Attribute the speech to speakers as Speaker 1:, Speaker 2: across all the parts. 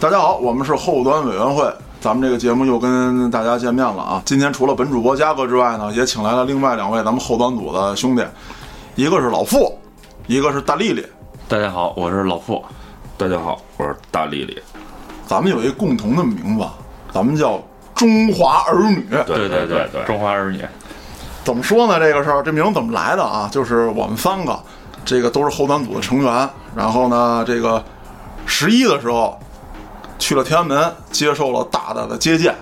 Speaker 1: 大家好，我们是后端委员会，咱们这个节目又跟大家见面了啊。今天除了本主播嘉哥之外呢，也请来了另外两位咱们后端组的兄弟，一个是老傅，一个是大丽丽。
Speaker 2: 大家好，我是老傅。
Speaker 3: 大家好，我是大丽丽。
Speaker 1: 咱们有一共同的名字，咱们叫中华儿女。
Speaker 3: 对
Speaker 2: 对
Speaker 3: 对对，
Speaker 2: 中华儿女。
Speaker 1: 怎么说呢？这个事儿，这名儿怎么来的啊？就是我们三个，这个都是后端组的成员。然后呢，这个十一的时候去了天安门，接受了大大的接见，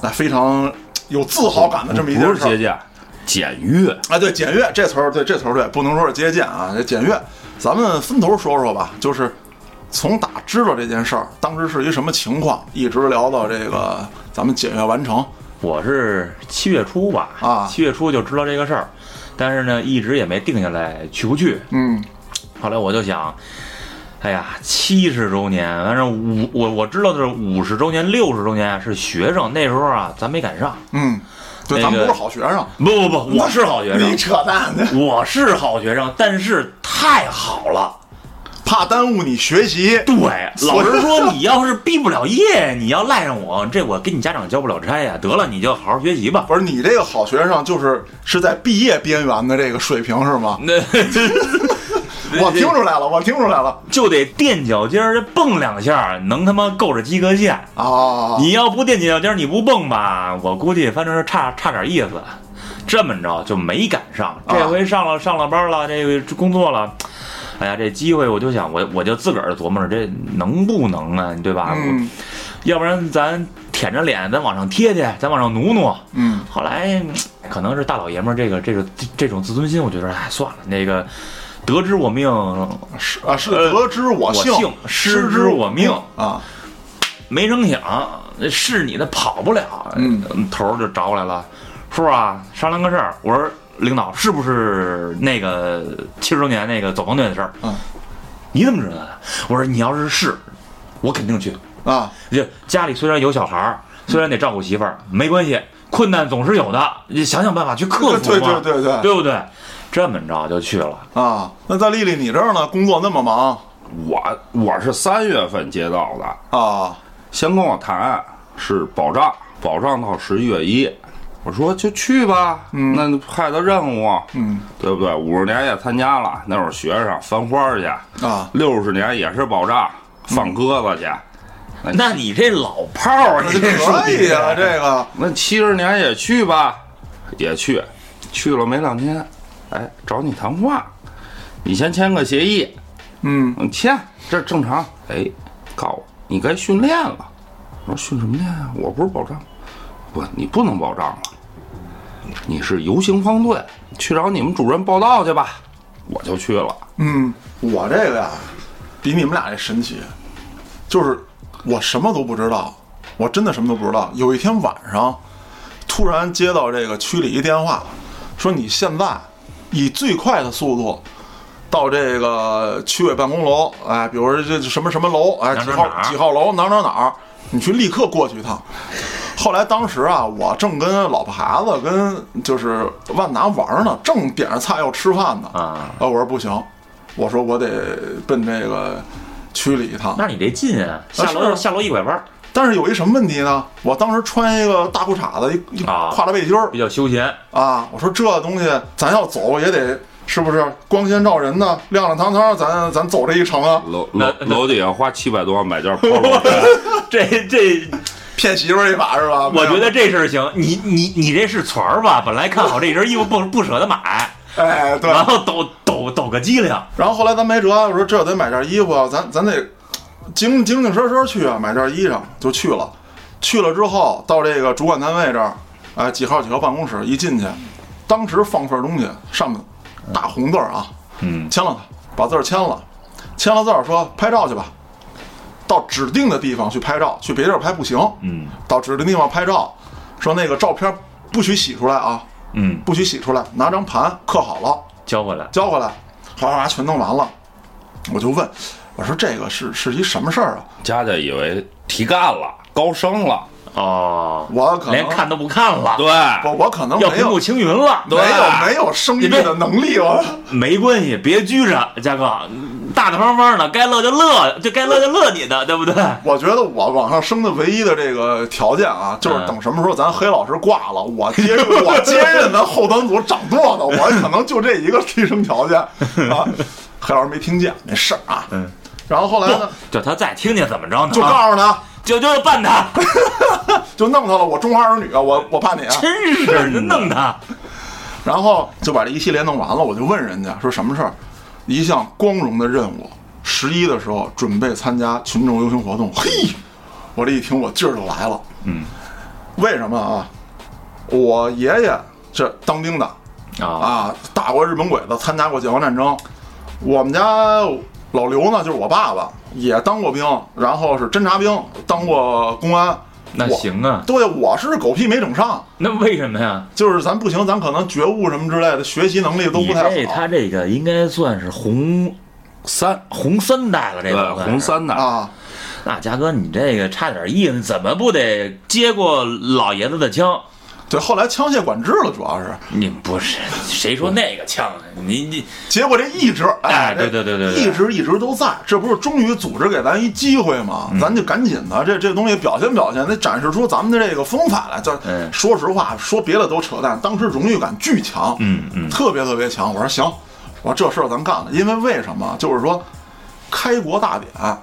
Speaker 1: 那非常有自豪感的这么一件
Speaker 3: 不是
Speaker 1: 事儿
Speaker 3: 接。驾，检阅。
Speaker 1: 哎，对，检阅这词儿，对这词儿对，不能说是接见啊，这检阅，咱们分头说说吧，就是从打知道这件事儿，当时是一什么情况，一直聊到这个咱们检阅完成，
Speaker 2: 我是七月初吧，
Speaker 1: 啊
Speaker 2: 七月初就知道这个事儿，但是呢，一直也没定下来去不去。
Speaker 1: 嗯，
Speaker 2: 后来我就想，哎呀，七十周年，反正五我我知道的是五十周年、六十周年啊是学生，那时候啊，咱没赶上。
Speaker 1: 嗯，对，
Speaker 2: 那
Speaker 1: 咱们
Speaker 2: 个
Speaker 1: 不是好学生，
Speaker 2: 不不不，我是好学
Speaker 1: 你
Speaker 2: 生，
Speaker 1: 扯淡的，
Speaker 2: 我是好学生，但是太好了。
Speaker 1: 怕耽误你学习，
Speaker 2: 对，老师说你要是毕不了业，你要赖上我，这我跟你家长交不了差呀。得了，你就好好学习 吧。
Speaker 1: 不是你这个好学生就是是在毕业边缘的这个水平是吗？
Speaker 2: 那
Speaker 1: 我听出来了，我听出来了
Speaker 2: 就得垫脚尖儿，这蹦两下儿，能他妈够着及格线。
Speaker 1: 啊！
Speaker 2: 你要不垫脚尖儿，你不蹦吧，我估计反正是差差点意思。这么着就没赶上，
Speaker 1: 啊
Speaker 2: 这回上了上了班了，这个工作了，哎呀，这机会我就想，我我就自个儿琢磨着这能不能啊，对吧？
Speaker 1: 嗯
Speaker 2: 我要不然咱舔着脸，咱往上贴贴，咱往上努努。
Speaker 1: 嗯
Speaker 2: 后来嗯可能是大老爷们儿这个这个这这种自尊心，我觉得哎算了，那个得之我命，
Speaker 1: 是啊是得知我
Speaker 2: 呃我
Speaker 1: 姓，
Speaker 2: 姓失之我命
Speaker 1: 啊，
Speaker 2: 没成想，那是你的跑不了。
Speaker 1: 嗯，
Speaker 2: 头儿就找我来了，叔啊，商量个事儿。我说领导，是不是那个七十周年那个走钢队的事儿？
Speaker 1: 嗯
Speaker 2: 你怎么知道的？我说你要是是，我肯定去。
Speaker 1: 啊
Speaker 2: 就家里虽然有小孩儿，虽然得照顾媳妇儿，没关系，困难总是有的，你想想办法去克服
Speaker 1: 对
Speaker 2: 嘛
Speaker 1: 对对对
Speaker 2: 对不对？这么着就去了。
Speaker 1: 啊！那在丽丽你这儿呢？工作那么忙
Speaker 3: 我我是三月份接到的，
Speaker 1: 啊，
Speaker 3: 先跟我谈是保障，保障到十一月一。我说就去吧，那派的任务，
Speaker 1: 嗯
Speaker 3: 对不对？五十年也参加了，那会儿学生翻花儿去，
Speaker 1: 啊，
Speaker 3: 六十年也是保障，放鸽子去。
Speaker 1: 哎
Speaker 2: 那你这老炮儿，你
Speaker 3: 哎
Speaker 2: 这属
Speaker 1: 可
Speaker 2: 于
Speaker 1: 以啊，这个
Speaker 3: 那七十年也去吧，也去，去了没两天，哎，找你谈话，你先签个协议，
Speaker 1: 嗯
Speaker 3: 嗯，签，这正常。哎，告我你该训练了。我说训什么练啊？我不是保障，不，你不能保障了，你是游行方队，去找你们主任报道去吧。我就去了，
Speaker 1: 嗯，我这个呀，比你们俩这神奇，就是我什么都不知道，我真的什么都不知道。有一天晚上，突然接到这个区里一电话，说你现在以最快的速度到这个区委办公楼，哎，比如说这什么什么楼，哎，
Speaker 2: 哪儿
Speaker 1: 几号
Speaker 2: 哪儿
Speaker 1: 几号楼哪儿哪儿哪儿，你去立刻过去一趟。后来当时啊，我正跟老婆孩子跟就是万达玩呢，正点着菜要吃饭呢。
Speaker 2: 啊。
Speaker 1: 啊，我说不行，我说我得奔这个区里一趟。
Speaker 2: 那你这近啊，下
Speaker 1: 是
Speaker 2: 楼下楼一拐弯儿，
Speaker 1: 但是有一什么问题呢？我当时穿一个大裤衩子，一一
Speaker 2: 啊
Speaker 1: 挎着背心儿
Speaker 2: 比较休闲。
Speaker 1: 啊，我说这东西咱要走也得是不是光鲜照人呢？亮亮堂堂，咱咱走这一程啊，
Speaker 3: 楼楼楼底下花七百多万买件 polo 衫，
Speaker 2: 这这，
Speaker 1: 骗媳妇儿一把是吧？
Speaker 2: 我觉得这事儿行。你你你这是词儿吧？本来看好这身衣服不不舍得 买，
Speaker 1: 哎对。
Speaker 2: 然后抖抖抖个机灵。
Speaker 1: 然后后来咱没辙，我说这得买件衣服啊，咱咱得精精精神神去啊，买件衣裳就去了。去了之后到这个主管单位这儿，哎，几号几号办公室一进去，当时放份东西，上面大红字儿啊，
Speaker 2: 嗯，
Speaker 1: 签了它，把字儿签了，签了字儿说拍照去吧，到指定的地方去拍照，去别地儿拍不行，
Speaker 2: 嗯
Speaker 1: 到指定地方拍照，说那个照片不许洗出来啊，
Speaker 2: 嗯，
Speaker 1: 不许洗出来，拿张盘刻好了。
Speaker 2: 交过来。
Speaker 1: 交回来，哗哗全弄完了。我就问，我说这个是是一什么事儿啊？
Speaker 3: 佳佳以为提干了，高升了，
Speaker 2: 哦，
Speaker 1: 我可能
Speaker 2: 连看都不看了，
Speaker 3: 对，
Speaker 1: 我我可能
Speaker 2: 要
Speaker 1: 没
Speaker 2: 平
Speaker 1: 有
Speaker 2: 步青云了。
Speaker 1: 没有没有生育的能力，我
Speaker 2: 没关系，别拘着，嘉哥，大大方方的，该乐就乐，就该乐就乐你的，对不对？
Speaker 1: 我觉得我往上升的唯一的这个条件啊，就是等什么时候咱黑老师挂
Speaker 2: 嗯
Speaker 1: 了，我接 我接任咱后端组掌舵的，我可能就这一个提升条件 啊。黑老师没听见，没事儿啊。
Speaker 2: 嗯。
Speaker 1: 然后后来呢，
Speaker 2: 就他再听见怎么着呢？
Speaker 1: 就
Speaker 2: 啊
Speaker 1: 告诉他，
Speaker 2: 就就办他，
Speaker 1: 就弄他了。我中华儿女啊，我我怕你啊。
Speaker 2: 真是的弄他。
Speaker 1: 然后就把这一系列弄完了，我就问人家说什么事儿？一项光荣的任务，十一的时候准备参加群众游行活动。嘿，我这一听，我劲儿就来了。
Speaker 2: 嗯，
Speaker 1: 为什么啊？我爷爷这当兵的
Speaker 2: 啊
Speaker 1: 啊，打过日本鬼子，参加过解放战争。我们家老刘呢，就是我爸爸，也当过兵，然后是侦察兵，当过公安。
Speaker 2: 那
Speaker 1: 我，
Speaker 2: 行啊，
Speaker 1: 对，我是狗屁没整上，
Speaker 2: 那为什么呀？
Speaker 1: 就是咱不行，咱可能觉悟什么之类的，学习能力都
Speaker 2: 你
Speaker 1: 不太好。
Speaker 2: 这他这个应该算是红
Speaker 3: 三，
Speaker 2: 红三代了，这
Speaker 3: 对
Speaker 2: 个
Speaker 3: 红。三代，
Speaker 1: 啊，
Speaker 2: 那嘉哥，你这个差点意思，怎么不得接过老爷子的枪？
Speaker 1: 对，后来枪械管制了，主要是
Speaker 2: 你不是谁说那个枪啊？你你
Speaker 1: 结果这意志，
Speaker 2: 哎
Speaker 1: 这
Speaker 2: 对对对对对
Speaker 1: 一直一直都在，这不是终于组织给咱一机会吗？
Speaker 2: 嗯
Speaker 1: 咱就赶紧的，这这东西表现表现，得展示出咱们的这个风采来。就
Speaker 2: 嗯
Speaker 1: 说实话，说别的都扯淡，当时荣誉感巨强，
Speaker 2: 嗯嗯
Speaker 1: 特别特别强。我说行，我说这事儿咱干了，因为为什么？就是说开国大典，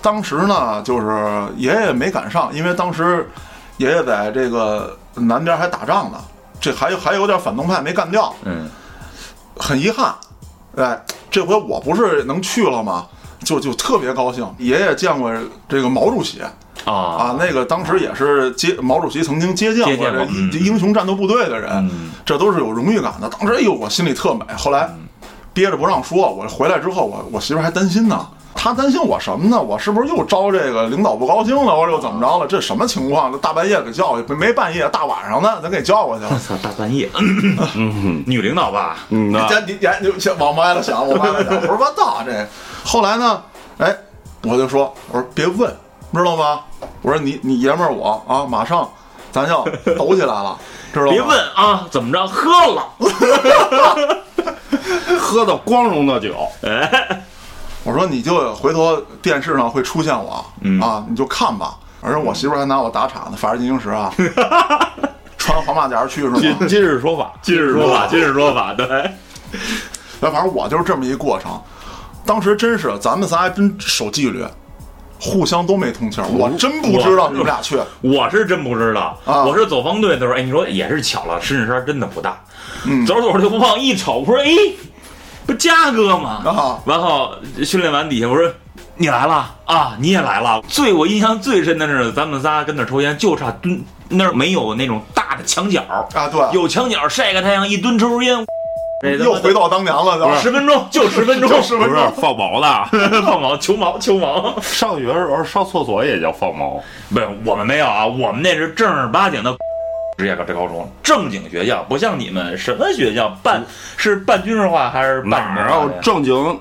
Speaker 1: 当时呢，就是爷爷没赶上，因为当时爷爷在这个南边还打仗呢，这还还有点反动派没干掉，
Speaker 2: 嗯，
Speaker 1: 很遗憾。哎，这回我不是能去了吗？就就特别高兴。爷爷见过这个毛主席
Speaker 2: 啊
Speaker 1: 啊，那个当时也是接毛主席曾经接见
Speaker 2: 接
Speaker 1: 过
Speaker 2: 见
Speaker 1: 这
Speaker 2: 过
Speaker 1: 英
Speaker 2: 嗯
Speaker 1: 英雄战斗部队的人，
Speaker 2: 嗯
Speaker 1: 这都是有荣誉感的。当时哎呦，我心里特美。后来憋着不让说，我回来之后，我我媳妇儿还担心呢。她担心我什么呢？我是不是又招这个领导不高兴了，或者又怎么着了？这什么情况？这大半夜给叫过去，没没半夜，大晚上的，咱给叫过去了。
Speaker 2: 操，大半夜，嗯女领导吧？
Speaker 3: 嗯
Speaker 1: 你这你你你往歪了想，往歪了想，我说我操这。后来呢，哎，我就说，我说别问，知道吗？我说你你爷们儿我啊，马上咱就抖起来了，知道吗？
Speaker 2: 别问啊，怎么着喝了？
Speaker 3: 喝到光荣的酒，
Speaker 1: 我说你就回头电视上会出现我，
Speaker 2: 嗯
Speaker 1: 啊，你就看吧。而且我媳妇儿还拿我打岔呢，法制进行时 啊，穿黄马甲去是吗？
Speaker 3: 今日说法，
Speaker 2: 今日说法，今日说法，对，
Speaker 1: 哎反正我就是这么一过程。当时真是咱们仨还真守纪律，互相都没通气儿。我真不知道你们俩去，
Speaker 2: 我是真不知道，
Speaker 1: 啊
Speaker 2: 我是走方队的时候，哎，你说也是巧了，深圳山真的不大，
Speaker 1: 嗯
Speaker 2: 走着走着就往一瞅，我说，哎，不嘉哥吗？
Speaker 1: 啊
Speaker 2: 然后训练完底下，我说你来了啊，你也来了。最我印象最深的是，咱们仨跟那儿抽烟，就差蹲那儿没有那种大的墙角，
Speaker 1: 啊，对，
Speaker 2: 有墙角晒个太阳，一蹲抽根烟，这他妈
Speaker 1: 又回到当年了，咱们
Speaker 2: 十分钟，就十分 钟，
Speaker 1: 就十
Speaker 3: 不
Speaker 1: 分
Speaker 3: 是
Speaker 1: 钟。
Speaker 3: 放毛的。
Speaker 2: 放毛球毛球 毛。
Speaker 3: 上学的时候上厕所也叫放毛，
Speaker 2: 不，我们没有啊，我们那是正儿八经的 职业高这高中，正经学校，不像你们什么学校半是半军事化还是半
Speaker 3: 哪
Speaker 2: 什
Speaker 3: 儿啊
Speaker 2: 么
Speaker 3: 有
Speaker 2: 化呀
Speaker 3: 正经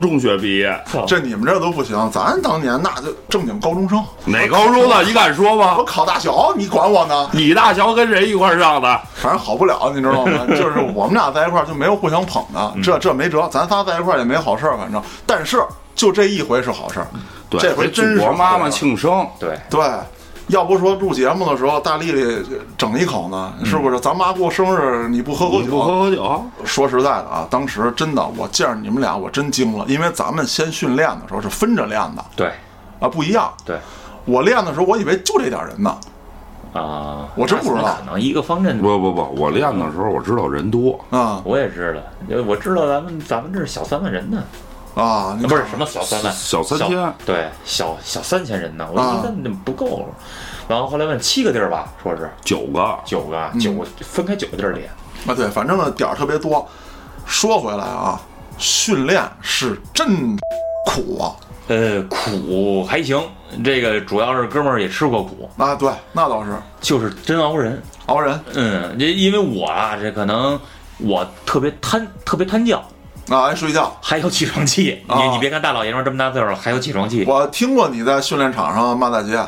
Speaker 3: 中学毕业？
Speaker 2: 操
Speaker 1: 这你们这都不行，咱当年那就正经高中生，
Speaker 3: 哪高中的？你敢
Speaker 1: 我
Speaker 3: 说吗？
Speaker 1: 考大学，你管我呢？
Speaker 3: 你大乔跟谁一块儿上的？
Speaker 1: 反正好不了，你知道 吗？就是我们俩在一块儿就没有互相捧的，这这没辙，咱仨在一块儿也没好事儿，反正。但是就这一回是好事儿，
Speaker 3: 对，
Speaker 1: 这回真是
Speaker 3: 我妈
Speaker 1: 好
Speaker 3: 妈
Speaker 1: 事儿
Speaker 3: 庆生，
Speaker 2: 对，
Speaker 1: 对。要不说录节目的时候，大丽丽整一口呢，是不是？咱妈过生日你不喝口
Speaker 3: 嗯你
Speaker 1: 酒，
Speaker 3: 不喝口酒？
Speaker 1: 说实在的啊，当时真的我见着你们俩我真惊了，因为咱们先训练的时候是分着练的
Speaker 2: 对
Speaker 1: 啊，不一样。
Speaker 2: 对
Speaker 1: 我练的时候，我以为就这点人呢，
Speaker 2: 啊，
Speaker 1: 我真不知道
Speaker 2: 那可能一个方阵。
Speaker 3: 不不不，我练的时候我知道人多，
Speaker 1: 啊
Speaker 2: 我也知道，我知道咱们咱们这是小三万人呢，
Speaker 1: 啊，你
Speaker 2: 啊不是什么小三万，
Speaker 3: 小三千，
Speaker 2: 对，小小三千人呢，我说
Speaker 1: 啊
Speaker 2: 一般怎么不够？然后后来问七个地儿吧，说是
Speaker 3: 九个，
Speaker 2: 九个，啊九个分开九个地儿练，
Speaker 1: 啊，对，反正呢点儿特别多。说回来啊，训练是真苦啊！
Speaker 2: 呃，苦还行，这个主要是哥们儿也吃过苦，
Speaker 1: 啊，对，那倒是
Speaker 2: 就是真熬人。
Speaker 1: 熬人
Speaker 2: 嗯，这因为我啊，这可能我特别贪，特别贪觉，
Speaker 1: 啊，爱睡觉。
Speaker 2: 还有起床气。
Speaker 1: 啊
Speaker 2: 你你别看大老爷们儿这么大岁数了，还有起床气，
Speaker 1: 我听过你在训练场上骂大街，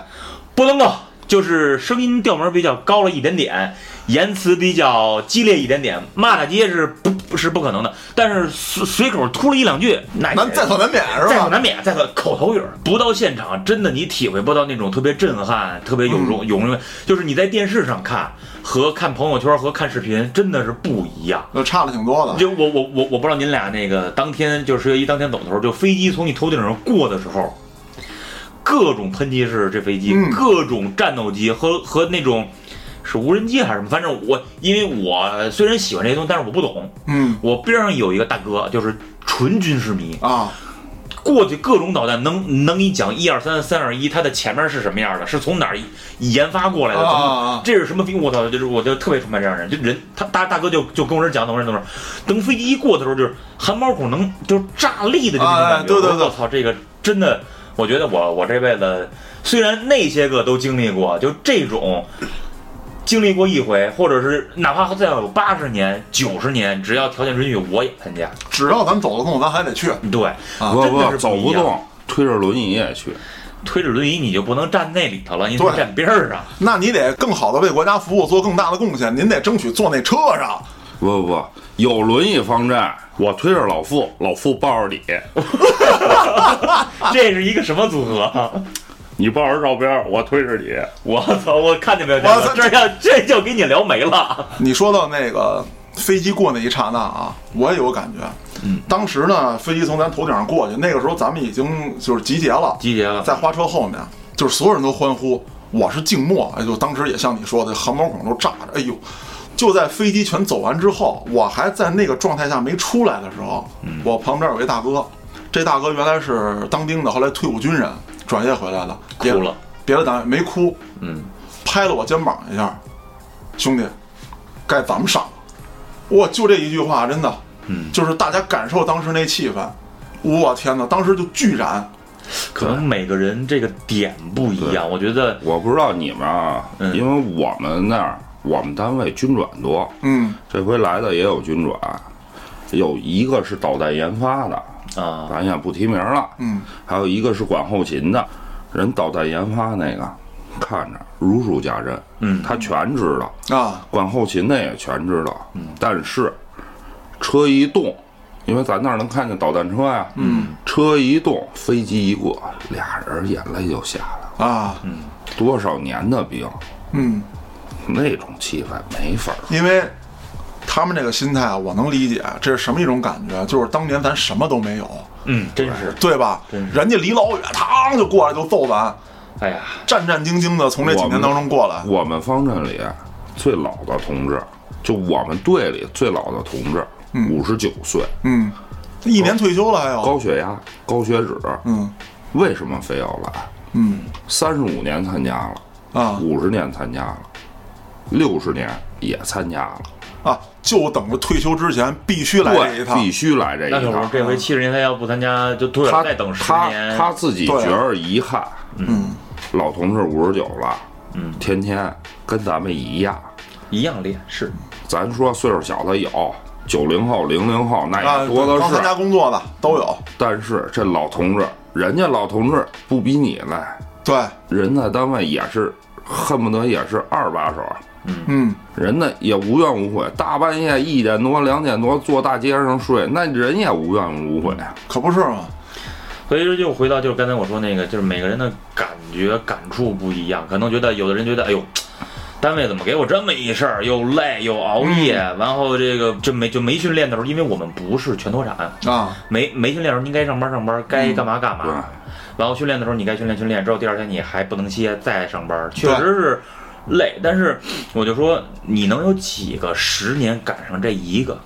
Speaker 2: 不能够，就是声音调门比较高了一点点，言辞比较激烈一点点，骂大街是不不是不可能的。但是随随口吐了一两句，那也
Speaker 1: 难在所啊难免是
Speaker 2: 在所
Speaker 1: 吧？
Speaker 2: 难免，在所口头语儿。不到现场，真的你体会不到那种特别震撼、特别有
Speaker 1: 嗯
Speaker 2: 荣有荣，就是你在电视上看和看朋友圈和看视频真的是不一样。
Speaker 1: 那差了挺多的。
Speaker 2: 就我我我我不知道您俩那个当天就是十月一当天走的时候，就飞机从你头顶上过的时候，各种喷气式这飞机，
Speaker 1: 嗯
Speaker 2: 各种战斗机和和那种是无人机还是什么，反正我因为我虽然喜欢这些东西，但是我不懂。
Speaker 1: 嗯
Speaker 2: 我边上有一个大哥，就是纯军事迷，
Speaker 1: 啊，
Speaker 2: 过去各种导弹能能给你讲一二三三二一，它的前面是什么样的，是从哪儿研发过来的，
Speaker 1: 啊
Speaker 2: 怎么
Speaker 1: 啊啊
Speaker 2: 这是什么飞？我操，就是我就特别崇拜这样的人，就人他大大哥就就跟我这讲，等会儿等会儿，等飞机一过的时候，就是汗毛孔能就是炸裂的那种
Speaker 1: 啊
Speaker 2: 感觉。
Speaker 1: 哎对对
Speaker 2: 我说
Speaker 1: 对
Speaker 2: 我操，这个真的，我觉得我我这辈子虽然那些个都经历过，就这种。经历过一回，或者是哪怕再有八十年、九十年，只要条件允许，我也参加。
Speaker 1: 只要咱走得动，咱还得去。
Speaker 2: 对，
Speaker 1: 啊
Speaker 3: 不
Speaker 2: 真的
Speaker 3: 不
Speaker 2: 是
Speaker 3: 走
Speaker 2: 不
Speaker 3: 不
Speaker 2: 一样
Speaker 3: 动，推着轮椅也去。
Speaker 2: 推着轮椅你就不能站那里头了，你得
Speaker 1: 对
Speaker 2: 站边儿上。
Speaker 1: 那你得更好的为国家服务，做更大的贡献。您得争取坐那车上。
Speaker 3: 不不不，有轮椅方阵，我推着老傅，老傅抱着你，
Speaker 1: 啊
Speaker 2: 这是一个什么组合？啊
Speaker 3: 你抱着照片，我推着你。
Speaker 2: 我操！我看见没有？
Speaker 1: 我操
Speaker 2: 这要这就给你聊没了。
Speaker 1: 你说到那个飞机过那一刹那啊，我也有感觉。嗯，当时呢，飞机从咱头顶上过去，那个时候咱们已经就是集结了，
Speaker 2: 集结了
Speaker 1: 在花车后面，就是所有人都欢呼，我是静默。哎，就当时也像你说的，汗毛孔都炸着。哎呦，就在飞机全走完之后，我还在那个状态下没出来的时候，
Speaker 2: 嗯
Speaker 1: 我旁边有一大哥，这大哥原来是当兵的，后来退伍军人，转业回来的，别
Speaker 2: 哭了，
Speaker 1: 别的单位没哭，
Speaker 2: 嗯，
Speaker 1: 拍了我肩膀一下，兄弟，该咱们上了。我就这一句话，真的，
Speaker 2: 嗯，
Speaker 1: 就是大家感受当时那气氛，我天哪，当时就巨燃，
Speaker 2: 可能每个人这个点不一样。我觉得
Speaker 3: 我不知道你们啊，
Speaker 2: 嗯
Speaker 3: 因为我们那儿我们单位军转多，
Speaker 1: 嗯，
Speaker 3: 这回来的也有军转，有一个是导弹研发的，
Speaker 2: 啊，
Speaker 3: 咱也不提名了，
Speaker 1: 嗯，
Speaker 3: 还有一个是管后勤的，人导弹研发那个看着如数家珍，
Speaker 2: 嗯
Speaker 3: 他全知道，
Speaker 1: 啊，
Speaker 3: 管后勤的也全知道，嗯，但是车一动，因为咱那儿能看见导弹车呀，嗯，车一动，飞机一过，俩人眼泪就下来了，
Speaker 1: 啊，
Speaker 3: 多少年的兵，
Speaker 1: 嗯，
Speaker 3: 那种气氛没法儿，
Speaker 1: 因为他们这个心态啊我能理解，这是什么一种感觉？就是当年咱什么都没有，
Speaker 2: 嗯，真是，
Speaker 1: 对吧？人家离老远，嘡就过来就揍咱，
Speaker 2: 哎呀，
Speaker 1: 战战兢兢的从这几年当中过来，
Speaker 3: 我们方阵里啊最老的同志，就我们队里最老的同志，五十九岁，
Speaker 1: 嗯，一年退休了还有，
Speaker 3: 高血压、高血脂，
Speaker 1: 嗯
Speaker 3: 为什么非要来？
Speaker 1: 嗯
Speaker 3: 三十五年参加了，
Speaker 1: 啊
Speaker 3: 五十年参加了，六十年也参加了，
Speaker 1: 啊，就等着退休之前必须来这一
Speaker 3: 对，
Speaker 1: 趟
Speaker 3: 必，须来这
Speaker 2: 那
Speaker 3: 一
Speaker 2: 可不，
Speaker 3: 趟。
Speaker 2: 这回七十年他要不参加就对了，
Speaker 3: 他
Speaker 2: 再等十
Speaker 3: 他
Speaker 2: 年。
Speaker 3: 他自己觉着遗憾，
Speaker 1: 嗯，
Speaker 3: 老同志五十九了，嗯，天天跟咱们一样。
Speaker 2: 一样练是，
Speaker 3: 咱说岁数小的有，九零后、零零后那
Speaker 1: 啊，
Speaker 3: 也多的
Speaker 1: 刚
Speaker 3: 是，
Speaker 1: 参加工作的都有，
Speaker 3: 但是这老同志，人家老同志不比你赖，
Speaker 1: 对，
Speaker 3: 人在单位也是恨不得也是二把手，
Speaker 1: 嗯
Speaker 3: 人呢也无怨无悔，大半夜一点多、两点多坐大街上睡，那人也无怨无悔啊。
Speaker 1: 可不是嘛，
Speaker 2: 所以说又回到就是刚才我说那个，就是每个人的感觉感触不一样，可能觉得有的人觉得，哎呦。单位怎么给我这么一事儿？又累又熬夜，然后这个就没就没训练的时候，因为我们不是全脱产，
Speaker 1: 啊，
Speaker 2: 没没训练的时候，你该上班上班，该干嘛干嘛。
Speaker 3: 对，
Speaker 2: 然后训练的时候，你该训练训练，之后第二天你还不能歇，再上班，确实是累。但是我就说，你能有几个十年赶上这一个？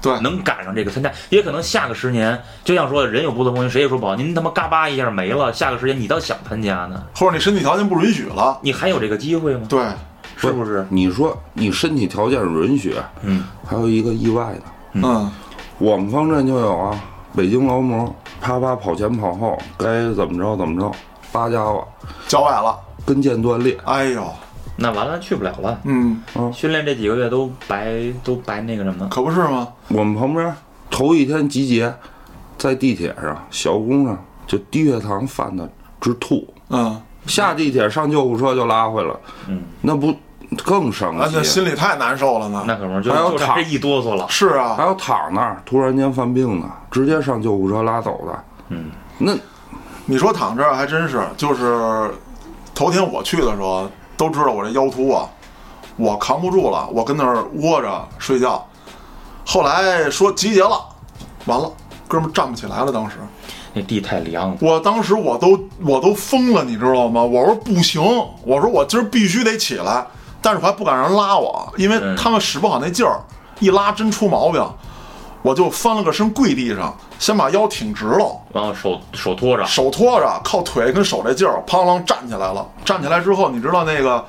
Speaker 1: 对
Speaker 2: 能赶上这个参加，也可能下个十年，就像说人有不测风云，谁也说不好。您他妈嘎巴一下没了，下个十年你倒想参加呢，
Speaker 1: 或者你身体条件不允许了，
Speaker 2: 你还有这个机会吗？
Speaker 1: 对，
Speaker 2: 是不是？
Speaker 3: 你说你身体条件允许，
Speaker 2: 嗯，
Speaker 3: 还有一个意外呢，
Speaker 1: 嗯
Speaker 3: 我们方阵就有啊，北京劳模，啪啪跑前跑后，该怎么着怎么着，八家伙
Speaker 1: 脚崴了，
Speaker 3: 跟腱断裂，
Speaker 1: 哎呦，
Speaker 2: 那完了，去不了了。
Speaker 1: 嗯，
Speaker 2: 训练这几个月都白都白那个什么，
Speaker 1: 可不是吗？
Speaker 3: 我们旁边头一天集结，在地铁上小工上就低血糖犯的直吐，
Speaker 1: 嗯，
Speaker 3: 下地铁上救护车就拉回来了。
Speaker 2: 嗯，
Speaker 3: 那不更伤
Speaker 1: 啊，那
Speaker 3: 心。
Speaker 1: 心里太难受了呢。
Speaker 2: 那可不是就
Speaker 3: 还有
Speaker 2: 就差
Speaker 3: 躺
Speaker 2: 这一哆嗦了，
Speaker 1: 是啊，
Speaker 3: 还有躺那儿突然间犯病的，直接上救护车拉走的。
Speaker 2: 嗯，
Speaker 3: 那
Speaker 1: 你说躺这儿还真是，就是头天我去的时候，都知道我这腰突啊，我扛不住了，我跟那儿窝着睡觉。后来说集结了，完了，哥们儿站不起来了。当时，
Speaker 2: 那地太凉了。
Speaker 1: 我当时我都我都疯了，你知道吗？我说不行，我说我今儿必须得起来，但是我还不敢让人拉我，因为他们使不好那劲儿，一拉真出毛病。我就翻了个身跪地上，先把腰挺直了。
Speaker 2: 然后手手托着，
Speaker 1: 手托着，靠腿跟手这劲儿，哐啷站起来了。站起来之后，你知道那个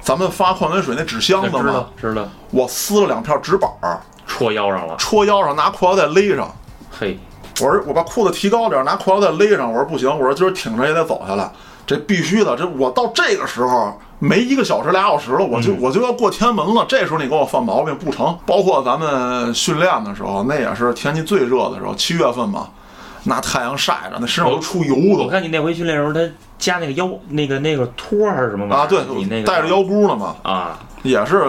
Speaker 1: 咱们发矿泉水那纸箱
Speaker 2: 那
Speaker 1: 子
Speaker 2: 知
Speaker 1: 吗
Speaker 2: 道？知道，
Speaker 1: 我撕了两片纸板儿，
Speaker 2: 戳腰上了。
Speaker 1: 戳腰上，拿裤腰带勒上。
Speaker 2: 嘿，
Speaker 1: 我说我把裤子提高点儿，拿裤腰带勒上。我说不行，我说今儿挺着也得走下来，这必须的。这我到这个时候没一个小时俩小时了，我
Speaker 2: 嗯
Speaker 1: 就、我就要过天安门了。这时候你给我犯毛病不成？包括咱们训练的时候，那也是天气最热的时候，七月份嘛，那太阳晒着，那身上都出油都
Speaker 2: 我。看你那回训练时候，他加那个腰那个那个托还是什么玩意儿
Speaker 1: 啊，对，
Speaker 2: 嗯你那个
Speaker 1: 带着腰箍呢嘛，
Speaker 2: 啊，
Speaker 1: 也是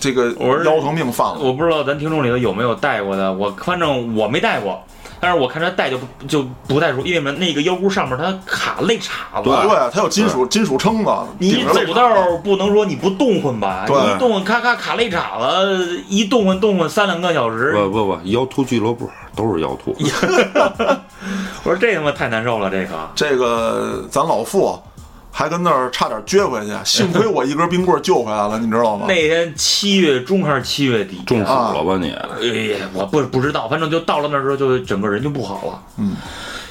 Speaker 1: 这个
Speaker 2: 我是
Speaker 1: 腰疼病犯了。
Speaker 2: 我不知道咱听众里头有没有戴过的，我反正我没戴过，但是我看他戴就不就不太熟，因为什么？那个腰箍上面它卡肋叉子，
Speaker 1: 对，它有金属金属撑子，
Speaker 2: 你
Speaker 1: 顶着肋
Speaker 2: 走
Speaker 1: 叉子
Speaker 2: 道不能说你不动混吧？
Speaker 1: 对
Speaker 2: 你一动混咔咔卡肋叉子，一动混动混三两个小时。
Speaker 3: 不不不，腰突俱乐部都是腰突。
Speaker 2: 我说这他妈太难受了，这个
Speaker 1: 这个咱老傅还跟那儿差点撅回去，幸亏我一根冰棍救回来了，你知道吗
Speaker 2: 那？天七月中还是七月底，
Speaker 3: 中暑了吧你？
Speaker 2: 哎呀，我不不知道，反正就到了那儿之后，就整个人就不好了。
Speaker 1: 嗯，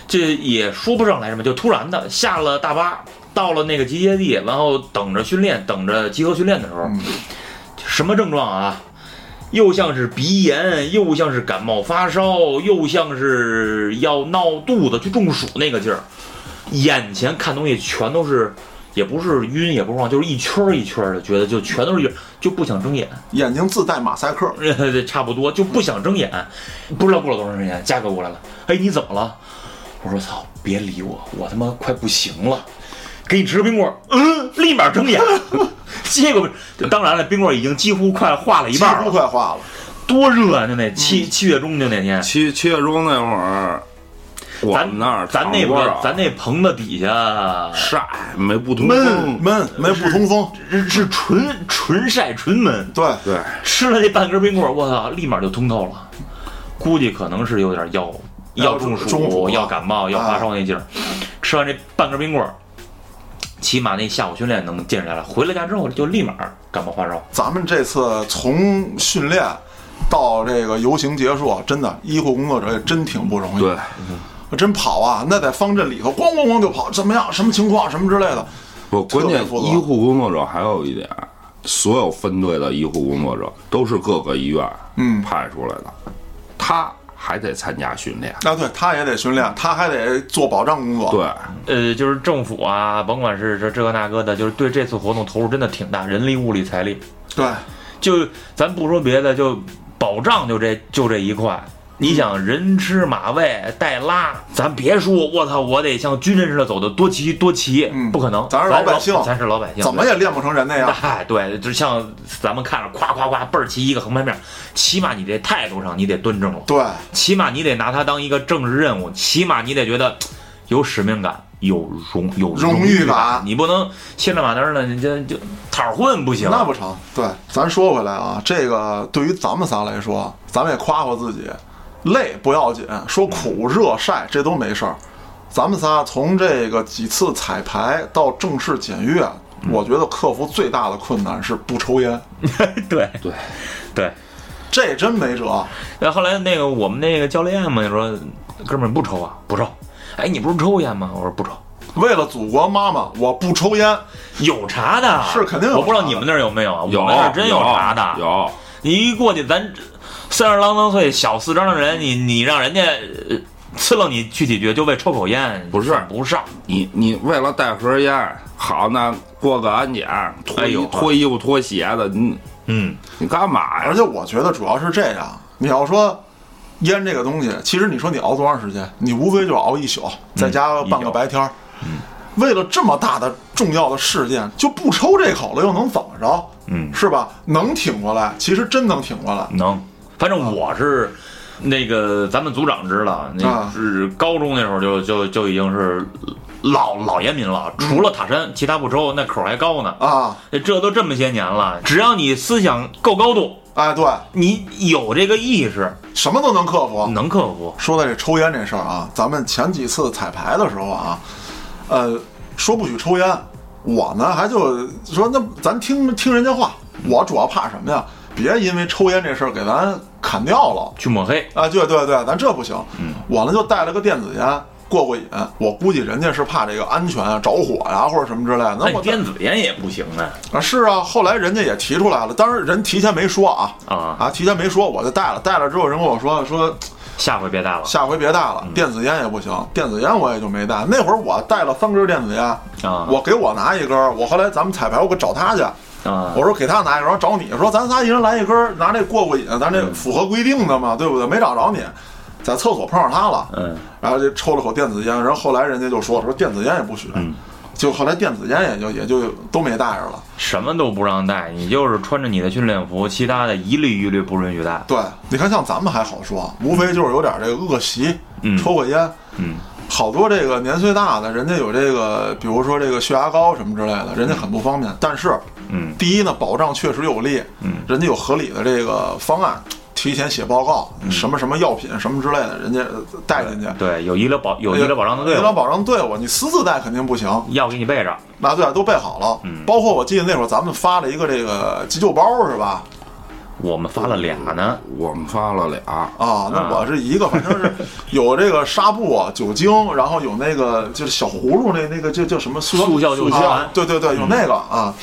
Speaker 2: 这也说不上来什么，就突然的下了大巴，到了那个集结地，然后等着训练，等着集合训练的时候，
Speaker 1: 嗯
Speaker 2: 什么症状啊？又像是鼻炎，又像是感冒发烧，又像是要闹肚子、去中暑那个劲儿，眼前看东西全都是，也不是晕，也不是晃，就是一圈儿一圈儿的，觉得就全都是就不想睁眼。
Speaker 1: 眼睛自带马赛克，
Speaker 2: 这 差不多，就不想睁眼。不知道过了多长时间，嘉哥过来了，哎，你怎么了？我说操，别理我，我他妈快不行了，给你吃个冰棍儿，嗯，立马睁眼。 结果，当然了，冰棍儿已经几乎快化了一
Speaker 1: 几
Speaker 2: 半
Speaker 1: 乎
Speaker 2: 了，
Speaker 1: 快化了。
Speaker 2: 多热啊！就那七、七月中就那天，
Speaker 3: 七七月中那会儿，我们
Speaker 2: 咱
Speaker 3: 那儿
Speaker 2: 咱那
Speaker 3: 躺多少
Speaker 2: 咱那棚子底下
Speaker 3: 晒没不通
Speaker 1: 闷
Speaker 3: 风，
Speaker 1: 闷没不通风，
Speaker 2: 是是纯纯晒纯闷，
Speaker 1: 对，
Speaker 3: 对，
Speaker 2: 吃了那半根冰棍儿，我操，立马就通透了。估计可能是有点腰
Speaker 1: 要
Speaker 2: 要中暑、
Speaker 1: 中暑啊
Speaker 2: 要感冒、要发烧那劲儿。吃完这半根冰棍儿，起码那下午训练能坚持下来。回了家之后就立马感冒发烧。
Speaker 1: 咱们这次从训练到这个游行结束，真的医护工作者也真挺不容易。
Speaker 3: 对，
Speaker 1: 我真跑啊，那在方阵里头咣咣咣就跑，怎么样？什么情况？什么之类的？
Speaker 3: 不，
Speaker 1: 特别
Speaker 3: 关键
Speaker 1: 复杂
Speaker 3: 医护工作者还有一点，所有分队的医护工作者都是各个医院
Speaker 1: 嗯
Speaker 3: 派出来的，他还得参加训练。
Speaker 1: 啊，对，他也得训练，他还得做保障工作。
Speaker 3: 对，
Speaker 2: 呃，就是政府啊，甭管是这这个那个的，就是对这次活动投入真的挺大，人力、物力、财力。
Speaker 1: 对，
Speaker 2: 就咱不说别的，就保障就这就这一块。你想人吃马喂带拉，咱别说，我操，我得像军人似的走的多齐多齐，
Speaker 1: 嗯
Speaker 2: 不可能，
Speaker 1: 咱是老百姓
Speaker 2: 咱是老百姓，
Speaker 1: 怎么也练不成人那样。
Speaker 2: 哎， 对，就像咱们看着夸夸夸倍儿齐一个横排面，起码你这态度上你得端正了，
Speaker 1: 对，
Speaker 2: 起码你得拿它当一个政治任务，起码你得觉得有使命感，有荣有
Speaker 1: 荣誉
Speaker 2: 誉
Speaker 1: 感
Speaker 2: 你不能歇着马那儿呢，你这就讨儿混不行。
Speaker 1: 那不成。对，咱说回来啊，这个对于咱们仨来说，咱们也夸夸自己，累不要紧，说苦热晒这都没事儿。咱们仨从这个几次彩排到正式检阅，我觉得克服最大的困难是不抽烟，
Speaker 2: 对
Speaker 3: 对
Speaker 2: 对，
Speaker 1: 这真没辙。
Speaker 2: 然后后来那个我们那个教练嘛，就说哥们儿你不抽啊，不抽。哎，你不是抽烟吗？我说不抽，
Speaker 1: 为了祖国妈妈，我不抽烟。
Speaker 2: 有茶的，
Speaker 1: 是肯定有
Speaker 2: 我不知道
Speaker 1: 茶的
Speaker 2: 你们那儿有没有啊？
Speaker 3: 有
Speaker 2: 我们那儿真
Speaker 3: 有
Speaker 2: 茶的。
Speaker 3: 有
Speaker 2: 你一过去，咱三十郎当岁、小四张的人，你你让人家呃刺楞你去几句，就为抽口烟，
Speaker 3: 不是
Speaker 2: 不上。
Speaker 3: 你你为了带盒烟，好那过个安检，脱
Speaker 2: 哎
Speaker 3: 衣
Speaker 2: 呦
Speaker 3: 脱衣服脱鞋的，你
Speaker 2: 嗯，
Speaker 3: 你干嘛
Speaker 1: 而
Speaker 3: 呀？
Speaker 1: 且我觉得主要是这样，你要说烟这个东西，其实你说你熬多长时间，你无非就是熬一宿，再加半个白天儿。为了这么大的重要的事件就不抽这口了，又能怎么着？
Speaker 2: 嗯
Speaker 1: 是吧？能挺过来，其实真能挺过来。
Speaker 2: 能，反
Speaker 1: 啊
Speaker 2: 正我是。那个，咱们组长知道，那
Speaker 1: 啊
Speaker 2: 是高中那时候就就就已经是老老严民了，除了塔山，其他不抽，那口儿还高呢。
Speaker 1: 啊，
Speaker 2: 这都这么些年了，只要你思想够高度，
Speaker 1: 哎，对，
Speaker 2: 你有这个意识，
Speaker 1: 什么都能克服。
Speaker 2: 能克服。
Speaker 1: 说到这抽烟这事儿啊，咱们前几次彩排的时候啊，呃，说不许抽烟，我呢还就说那咱听听人家话，我主要怕什么呀？别因为抽烟这事儿给咱砍掉了。
Speaker 2: 去抹黑，
Speaker 1: 啊，对对对，咱这不行。我呢就带了个电子烟过过瘾，我估计人家是怕这个安全啊、着火呀、或者什么之类的。
Speaker 2: 那
Speaker 1: 那
Speaker 2: 你
Speaker 1: 我
Speaker 2: 电子烟也不行啊
Speaker 1: 啊是啊，后来人家也提出来了，当然人提前没说啊
Speaker 2: 啊！
Speaker 1: 啊，提前没说，我就带了，带了之后人跟我说说
Speaker 2: 下回别带了
Speaker 1: 下回别带了，
Speaker 2: 嗯
Speaker 1: 电子烟也不行，电子烟我也就没带。那会儿我带了三根电子烟，
Speaker 2: 啊！
Speaker 1: 我给我拿一根儿，我后来咱们彩排我给找他去，
Speaker 2: 啊，
Speaker 1: 我说给他拿一根，然后找你说咱仨一人来一根儿，拿这过过瘾，咱
Speaker 2: 嗯
Speaker 1: 这符合规定的嘛，对不对？没找着你，在厕所碰上他了，
Speaker 2: 嗯
Speaker 1: 然后就抽了口电子烟，然后后来人家就说了说电子烟也不许，
Speaker 2: 嗯
Speaker 1: 就后来电子烟也就也就都没带着了。
Speaker 2: 什么都不让带，你就是穿着你的训练服，其他的一律一律不允许带。
Speaker 1: 对，你看像咱们还好说，无非就是有点这个恶习，
Speaker 2: 嗯
Speaker 1: 抽个烟，
Speaker 2: 嗯，
Speaker 1: 好多这个年岁大的，人家有这个，比如说这个血压高什么之类的，人家很不方便。但是，
Speaker 2: 嗯
Speaker 1: 第一呢，保障确实有力，
Speaker 2: 嗯
Speaker 1: 人家有合理的这个方案，提前写报告，什么什么药品什么之类的，人家带进去。
Speaker 2: 嗯对，有医疗保有医
Speaker 3: 哎
Speaker 2: 疗保障的队
Speaker 1: 医疗
Speaker 2: 伍，
Speaker 1: 保障队伍，你私自带肯定不行，
Speaker 2: 药给你备着。
Speaker 1: 那对啊都备好了。
Speaker 2: 嗯
Speaker 1: 包括我记得那会儿咱们发了一个这个急救包是吧？
Speaker 2: 我们发了俩呢，
Speaker 3: 我们发了俩，
Speaker 1: 啊，
Speaker 2: 嗯
Speaker 1: 那我是一个，反正是有这个纱布、啊酒精，然后有那个就是小葫芦那那个叫叫什么塑
Speaker 2: 速效救
Speaker 1: 塑
Speaker 2: 心
Speaker 1: 胶
Speaker 2: 丸，
Speaker 1: 对对对，
Speaker 2: 嗯
Speaker 1: 有那个啊，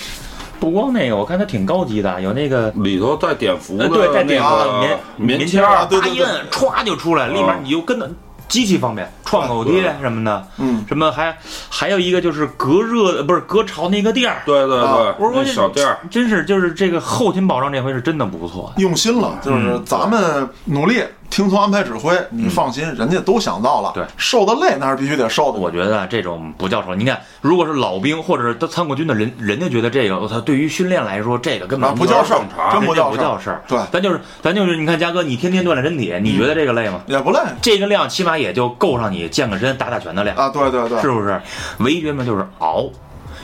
Speaker 2: 不光那个，我看它挺高级的，有那个
Speaker 3: 里头带点服
Speaker 2: 呃
Speaker 3: 的，
Speaker 2: 对带点
Speaker 3: 那
Speaker 2: 的
Speaker 3: 个
Speaker 2: 棉
Speaker 3: 棉
Speaker 2: 签
Speaker 3: 儿
Speaker 2: 儿，
Speaker 1: 对
Speaker 2: 打
Speaker 1: 对
Speaker 2: 印
Speaker 1: 对
Speaker 2: 歘就出
Speaker 3: 嗯
Speaker 2: 来，里面你就跟着。极其方便，创口贴什么的，
Speaker 1: 嗯，
Speaker 2: 什么还还有一个就是隔热呃不是隔潮那个垫儿，
Speaker 3: 对对
Speaker 1: 啊
Speaker 3: 对，
Speaker 2: 我说
Speaker 3: 那小店儿，
Speaker 2: 真是就是这个后勤保障这回是真的不错，
Speaker 1: 用心了，就是
Speaker 2: 嗯
Speaker 1: 咱们努力听从安排指挥，你放心，人家都想到了，
Speaker 2: 对
Speaker 1: 受的累那是必须得受的，
Speaker 2: 我觉得这种不叫仇。你看，如果是老兵或者是他参过军的人，人家觉得这个，我操，对于训练来说，这个根本
Speaker 1: 啊不叫事儿
Speaker 2: 正常，
Speaker 1: 真
Speaker 2: 人
Speaker 1: 不
Speaker 2: 家
Speaker 1: 叫
Speaker 2: 不
Speaker 1: 事儿
Speaker 2: 叫事儿。
Speaker 1: 对
Speaker 2: 咱就是咱就是，你看嘉哥，你天天锻炼身体，你觉得这个累吗？
Speaker 1: 也不累
Speaker 2: 这个量起码也就够上你健个身、打打拳的量，
Speaker 1: 啊，对对对，
Speaker 2: 是不是？唯一原因就是熬。
Speaker 1: 嗯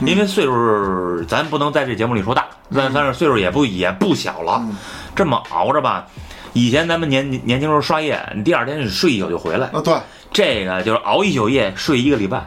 Speaker 2: 因为岁数，咱不能在这节目里说大，但但是岁数也不也不小了，
Speaker 1: 嗯
Speaker 2: 这么熬着吧。以前咱们年年轻时候刷夜，你第二天你睡一宿就回来，
Speaker 1: 啊对，
Speaker 2: 这个就是熬一宿夜，睡一个 礼拜，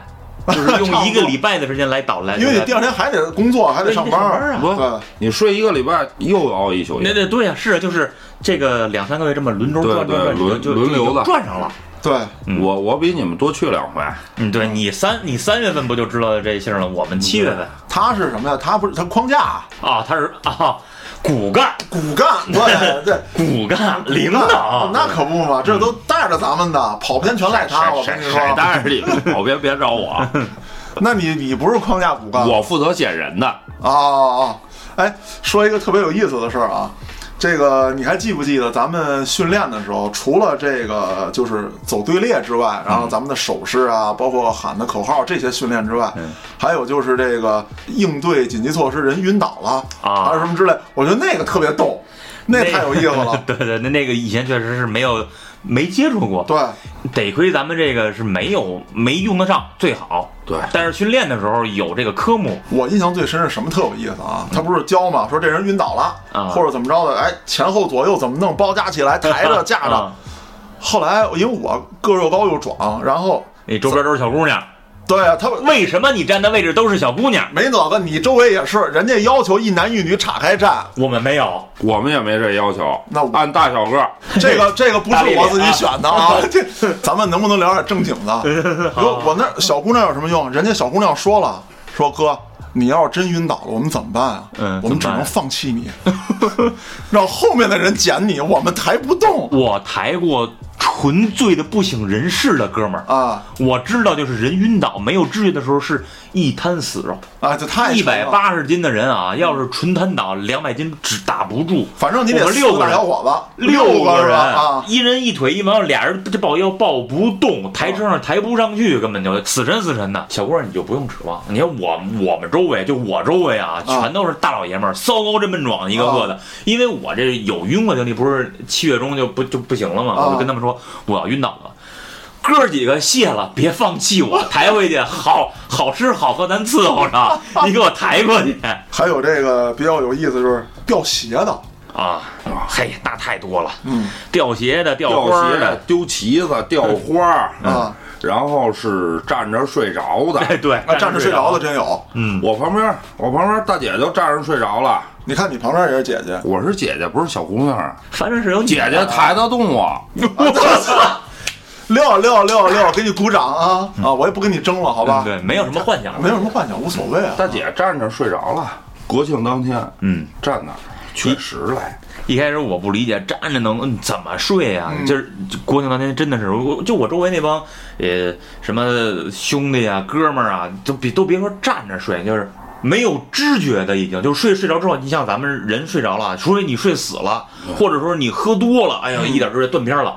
Speaker 2: 就是用一个礼拜的时间来倒来。
Speaker 1: 因为你
Speaker 2: 来
Speaker 1: 第二天还得工作，还得上班啊
Speaker 2: 对
Speaker 1: 儿
Speaker 2: 你，
Speaker 3: 不
Speaker 1: 对，
Speaker 3: 你睡一个礼拜又熬一宿
Speaker 2: 那
Speaker 3: 夜，
Speaker 2: 那对呀、是啊，就是这个两三个月这么轮轴
Speaker 3: 对
Speaker 2: 转转
Speaker 3: 对
Speaker 2: 转，你就
Speaker 3: 轮
Speaker 2: 就
Speaker 3: 轮流的
Speaker 2: 就转上了。
Speaker 1: 对，
Speaker 2: 嗯
Speaker 3: 我我比你们多去 两回，
Speaker 2: 嗯，对你三你三月份不就知道这信儿了？我们七月份
Speaker 1: 他是什么呀？他不是他框架
Speaker 2: 啊，他是啊，骨干
Speaker 1: 骨干， 对对。
Speaker 2: 骨干领
Speaker 1: 那
Speaker 2: 导，
Speaker 1: 那可不嘛，这都带着咱们的，跑偏全赖他。我
Speaker 3: 甩
Speaker 1: 跟你说，啊
Speaker 3: 甩袋里头，别别找 我，
Speaker 1: 那你你不是框架骨干？
Speaker 3: 我负责捡人的。
Speaker 1: 哦哦，哎，说一个特别有意思的事儿啊，这个你还记不记得咱们训练的时候，除了这个就是走队列之外，然后咱们的手势啊，
Speaker 2: 嗯
Speaker 1: 包括喊的口号这些训练之外，还有就是这个应对紧急措施，人晕倒了
Speaker 2: 啊
Speaker 1: 还有什么之类，我觉得那个特别逗，那太有意思了
Speaker 2: 。对对，那那个以前确实是没有没接触过，
Speaker 1: 对，
Speaker 2: 得亏咱们这个是没有没用得上，最好。
Speaker 3: 对
Speaker 2: 但是训练的时候有这个科目，
Speaker 1: 我印象最深是什么特有意思啊？他不是教嘛，说这人晕倒了，
Speaker 2: 啊
Speaker 1: 或者怎么着的，哎，前后左右怎么弄，包夹起来，抬着架着。
Speaker 2: 啊
Speaker 1: 后来因为我个儿又高又壮，然后
Speaker 2: 你周边都是小姑娘，
Speaker 1: 对啊，他
Speaker 2: 为什么你站的位置都是小姑娘？
Speaker 1: 没哪个，你周围也是，人家要求一男一女岔开 站，
Speaker 2: 我们没有，
Speaker 3: 我们也没这要求，
Speaker 1: 那我
Speaker 3: 按大小个 儿，
Speaker 1: 这个这个不
Speaker 2: 大咧
Speaker 1: 是
Speaker 2: 咧
Speaker 1: 我自己选的啊，这咱们能不能聊点正经的？ 我我那小姑娘有什么用？人家小姑娘说了，说哥，你要是真晕倒了，我们怎么办啊？
Speaker 2: 嗯
Speaker 1: 我们只
Speaker 2: 怎么
Speaker 1: 能
Speaker 2: 办
Speaker 1: 放弃 你，让后面的人捡你，我们抬不动。
Speaker 2: 我抬过纯醉的不省人事的哥们儿。
Speaker 1: 啊
Speaker 2: 我知道，就是人晕倒没有知觉的时候是一滩死肉，
Speaker 1: 啊，这太
Speaker 2: 一
Speaker 1: 沉了
Speaker 2: 百，八十斤的人啊，要是纯瘫倒，两百斤只打不住。
Speaker 1: 反正你得
Speaker 2: 我们六
Speaker 1: 四
Speaker 2: 个
Speaker 1: 大
Speaker 2: 人
Speaker 1: 小伙子，
Speaker 2: 六
Speaker 1: 个
Speaker 2: 人，
Speaker 1: 吧啊，
Speaker 2: 一人一腿一毛，俩人这抱腰抱不动，抬车上抬不上去，根本就死沉死沉的。小郭，你就不用指望，你看我我们周围，就我周围啊，
Speaker 1: 啊
Speaker 2: 全都是大老爷们儿，骚高这闷壮，一个个的。因为我这有晕过经历，不是七月中就不就不行了嘛，
Speaker 1: 啊
Speaker 2: 我就跟他们说我要晕倒了。哥儿几个谢了，别放弃我，抬回去，好好吃好喝咱伺候着，你给我抬过去
Speaker 1: 还有这个比较有意思就是掉鞋的，
Speaker 2: 啊！嘿，那太多了，
Speaker 1: 嗯
Speaker 2: 掉鞋的，掉
Speaker 3: 掉
Speaker 2: 花儿
Speaker 3: 鞋
Speaker 2: 的
Speaker 3: 的、，丢旗子、掉花儿，嗯
Speaker 1: 啊，
Speaker 3: 然后是站着睡着的。
Speaker 2: 哎，对，
Speaker 1: 那站着睡着的真有。
Speaker 2: 嗯，
Speaker 3: 我旁边，我旁边大姐就站着睡着了。
Speaker 1: 你看你旁边也是姐姐，
Speaker 3: 我是姐姐，不是小姑娘。啊
Speaker 2: 反正是有
Speaker 3: 姐 姐抬得动我，
Speaker 1: 六六六六，给你鼓掌啊 啊！我也不跟你争了，好吧？
Speaker 2: 嗯对，没有什么幻想
Speaker 1: 没，有什么幻想，无所谓啊。
Speaker 3: 大姐站着睡着了。国庆当天
Speaker 2: 嗯，
Speaker 3: 站那儿，确实来。
Speaker 2: 一开始我不理解站着能嗯怎么睡呀、
Speaker 1: 嗯
Speaker 2: 就是就国庆当天真的是，我就我周围那帮呃什么兄弟啊、哥们儿啊，都别都别说站着睡，就是没有知觉的已经，就是睡睡着之后，你像咱们人睡着了，除非你睡死了，
Speaker 1: 嗯
Speaker 2: 或者说你喝多了，哎呀一点知觉断片了，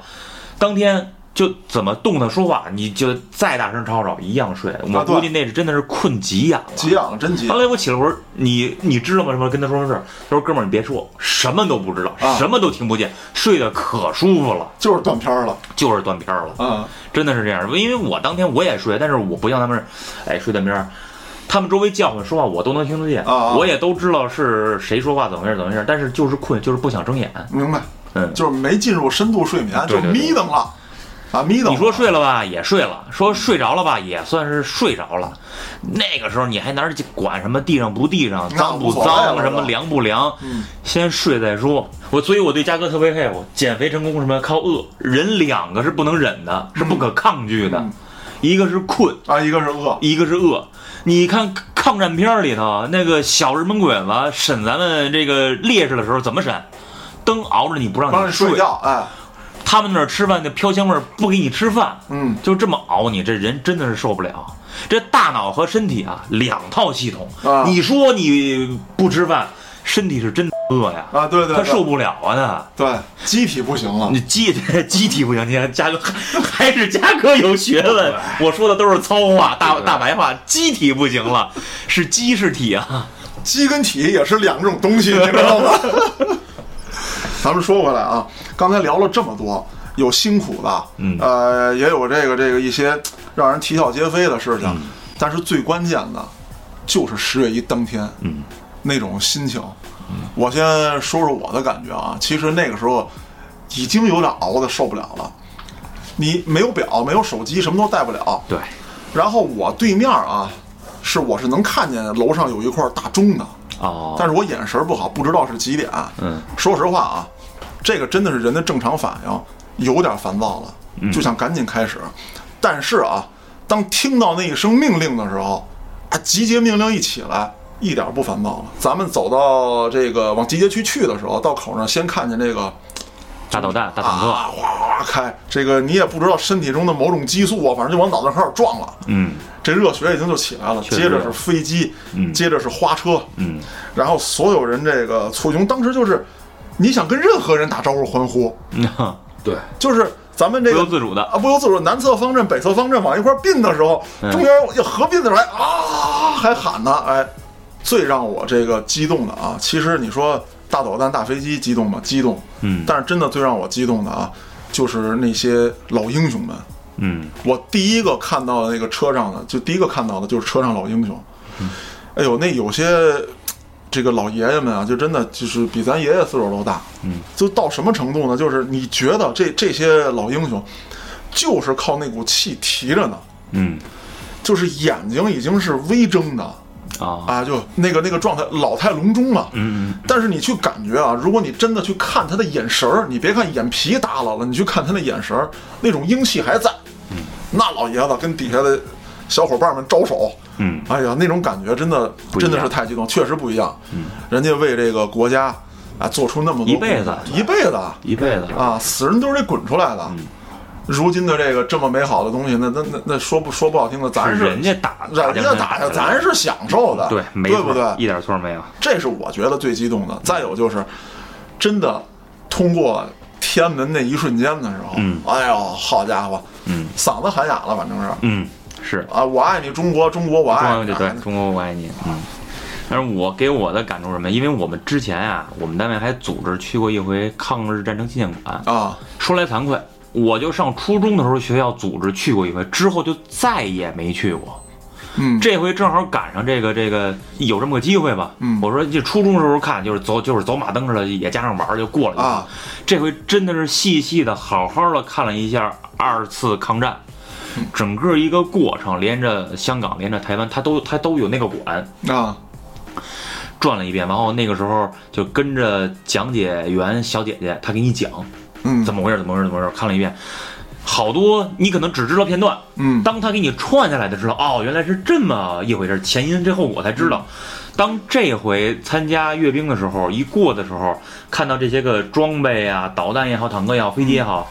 Speaker 2: 当天。就怎么动弹说话，你就再大声吵吵，一样睡。我
Speaker 1: 啊对
Speaker 2: 估计那是真的是困急眼了，
Speaker 1: 急痒真急
Speaker 2: 后来我起了会儿，你你知道吗？什么跟他说事儿？他说哥们儿你别说，什么都不知道，
Speaker 1: 啊
Speaker 2: 什么都听不见，睡得可舒服了，
Speaker 1: 就是断片儿了
Speaker 2: 就是断片儿了，
Speaker 1: 啊
Speaker 2: 真的是这样。因为我当天我也睡，但是我不像他们是，哎，睡断片儿。他们周围叫唤说话，我都能听得见，
Speaker 1: 啊啊
Speaker 2: 我也都知道是谁说话怎么回事怎么回事，但是就是困，就是不想睁眼。
Speaker 1: 明白？
Speaker 2: 嗯
Speaker 1: 就是没进入深度睡眠，就
Speaker 2: 对对对
Speaker 1: 迷瞪了啊，迷瞪。
Speaker 2: 你说睡了吧，也睡了；说睡着了吧，也算是睡着了。那个时候你还哪儿去管什么地上不地上、
Speaker 1: 那
Speaker 2: 脏不
Speaker 1: 无所谓了
Speaker 2: 脏、
Speaker 1: 是吧
Speaker 2: 什么凉不凉？
Speaker 1: 嗯
Speaker 2: 先睡再说。我所以，我对嘉哥特别佩服，减肥成功什么靠饿，人两个是不能忍的，是不可抗拒的，
Speaker 1: 嗯
Speaker 2: 一个是困，
Speaker 1: 啊，一个是饿，
Speaker 2: 一个是饿。你看抗战片儿里头那个小日本鬼子审咱们这个烈士的时候，怎么审？灯熬着你不让
Speaker 1: 帮
Speaker 2: 你
Speaker 1: 你睡觉，哎，
Speaker 2: 他们那儿吃饭那飘香味儿不给你吃饭，
Speaker 1: 嗯，
Speaker 2: 就这么熬你，这人真的是受不了。这大脑和身体啊，两套系统。
Speaker 1: 啊
Speaker 2: 你说你不吃饭，身体是真饿呀，
Speaker 1: 啊，对对，
Speaker 2: 他
Speaker 1: 对
Speaker 2: 受不了啊，他。
Speaker 1: 对，机体不行了
Speaker 2: 你机 机体不行，你看嘉哥 还是嘉哥有学问，我说的都是糙话，大大白话，机体不行了，是鸡是体啊。
Speaker 1: 鸡跟体也是两种东西，你知道吗？ 咱们说回来啊，刚才聊了这么多，有辛苦的，
Speaker 2: 嗯
Speaker 1: 呃，也有这个这个一些让人啼笑皆非的事情，但是最关键的，就是十月一当天，嗯，那种心情。我先说说我的感觉啊，其实那个时候已经有点熬的受不了了。你没有表，没有手机，什么都带不了。
Speaker 2: 对，
Speaker 1: 然后我对面啊，是我是能看见楼上有一块大钟的，
Speaker 2: 哦，
Speaker 1: 但是我眼神不好，不知道是几点。啊
Speaker 2: 嗯，
Speaker 1: 说实话啊，这个真的是人的正常反应，有点烦躁
Speaker 2: 嗯
Speaker 1: 了，就想赶紧开始。但是啊，当听到那一声命令的时候，啊，集结命令一起来，一点不烦躁了。咱们走到这个往集结区去的时候，到口上先看见这个
Speaker 2: 大导弹，大坦克，
Speaker 1: 啊，哗哗开，这个你也不知道身体中的某种激素啊，反正就往脑袋开始撞了。
Speaker 2: 嗯，
Speaker 1: 这热血已经就起来了，
Speaker 2: 确
Speaker 1: 接
Speaker 2: 实
Speaker 1: 着是飞机，接着是花车，
Speaker 2: 嗯，
Speaker 1: 然后所有人这个簇拥，当时就是你想跟任何人打招呼欢呼，
Speaker 3: 对，
Speaker 1: 就是咱们这
Speaker 2: 不
Speaker 1: 个
Speaker 2: 由自主嗯的，
Speaker 1: 啊不由自主，南侧方阵、北侧方阵往一块儿并的时候，中间要合并的时候还啊还喊呢，哎，最让我这个激动的啊，其实你说大导弹、大飞机激动吗？激动，
Speaker 2: 嗯
Speaker 1: 但是真的最让我激动的啊，就是那些老英雄们，
Speaker 2: 嗯，
Speaker 1: 我第一个看到的那个车上的，就第一个看到的就是车上老英雄。哎呦，那有些嘖这个老爷爷们啊，就真的就是比咱爷爷岁数都大。嗯，就到什么程度呢？就是你觉得这这些老英雄，就是靠那股气提着呢。
Speaker 2: 嗯，
Speaker 1: 就是眼睛已经是微睁的
Speaker 2: 啊，
Speaker 1: 啊，就那个那个状态，老态龙钟了。
Speaker 2: 嗯
Speaker 1: 但是你去感觉啊，如果你真的去看他的眼神儿，你别看眼皮耷拉了，你去看他的眼神儿，那种英气还在。
Speaker 2: 嗯
Speaker 1: 那老爷子跟底下的小伙伴们招手，
Speaker 2: 嗯，
Speaker 1: 哎呀，那种感觉真的
Speaker 2: 不一
Speaker 1: 真
Speaker 2: 样
Speaker 1: 的是太激动，确实不一样。嗯，人家为这个国家啊做出那么多
Speaker 2: 一辈子
Speaker 1: 一辈子啊
Speaker 2: 一辈子嗯
Speaker 1: 啊，死人都是得滚出来的。如今的这个这么美好的东西，那那那那说不说不好听的，咱是
Speaker 2: 人家打
Speaker 1: 人家打的，咱是享受的，
Speaker 2: 对，没
Speaker 1: 对
Speaker 2: 错，
Speaker 1: 不对？
Speaker 2: 一点错没有。
Speaker 1: 这是我觉得最激动的。再有就是，真的通过天安门那一瞬间的时候，
Speaker 2: 嗯
Speaker 1: 哎呦，好家伙，
Speaker 2: 嗯
Speaker 1: 嗓子喊哑了，反正是
Speaker 2: 嗯，是
Speaker 1: 啊，我爱你中国，中国我
Speaker 2: 中
Speaker 1: 爱
Speaker 2: 国
Speaker 1: 你，啊
Speaker 2: 对对，中国我爱你。嗯，但是我给我的感触是什么？因为我们之前啊，我们单位还组织去过一回抗日战争纪念馆。
Speaker 1: 啊，
Speaker 2: 说来惭愧，我就上初中的时候学校组织去过一回，之后就再也没去过。
Speaker 1: 嗯
Speaker 2: 这回正好赶上这个这个有这么个机会吧。
Speaker 1: 嗯
Speaker 2: 我说这初中时候看就是走就是走马灯似的，也加上玩儿就过了一趟
Speaker 1: 啊，
Speaker 2: 这回真的是细细的、好好的看了一下二次抗战，整个一个过程，连着香港，连着台湾，它都它都有那个馆
Speaker 1: 啊
Speaker 2: 转了一遍。然后那个时候就跟着讲解员小姐姐，她给你讲
Speaker 1: 嗯
Speaker 2: 怎么回事，怎么回事，怎么回事，看了一遍。好多你可能只知道片段，
Speaker 1: 嗯
Speaker 2: 当他给你串下来的时候，哦，原来是这么一回事，前因这后果才知道。当这回参加阅兵的时候，一过的时候，看到这些个装备啊，导弹也好，坦克也好，飞机也好，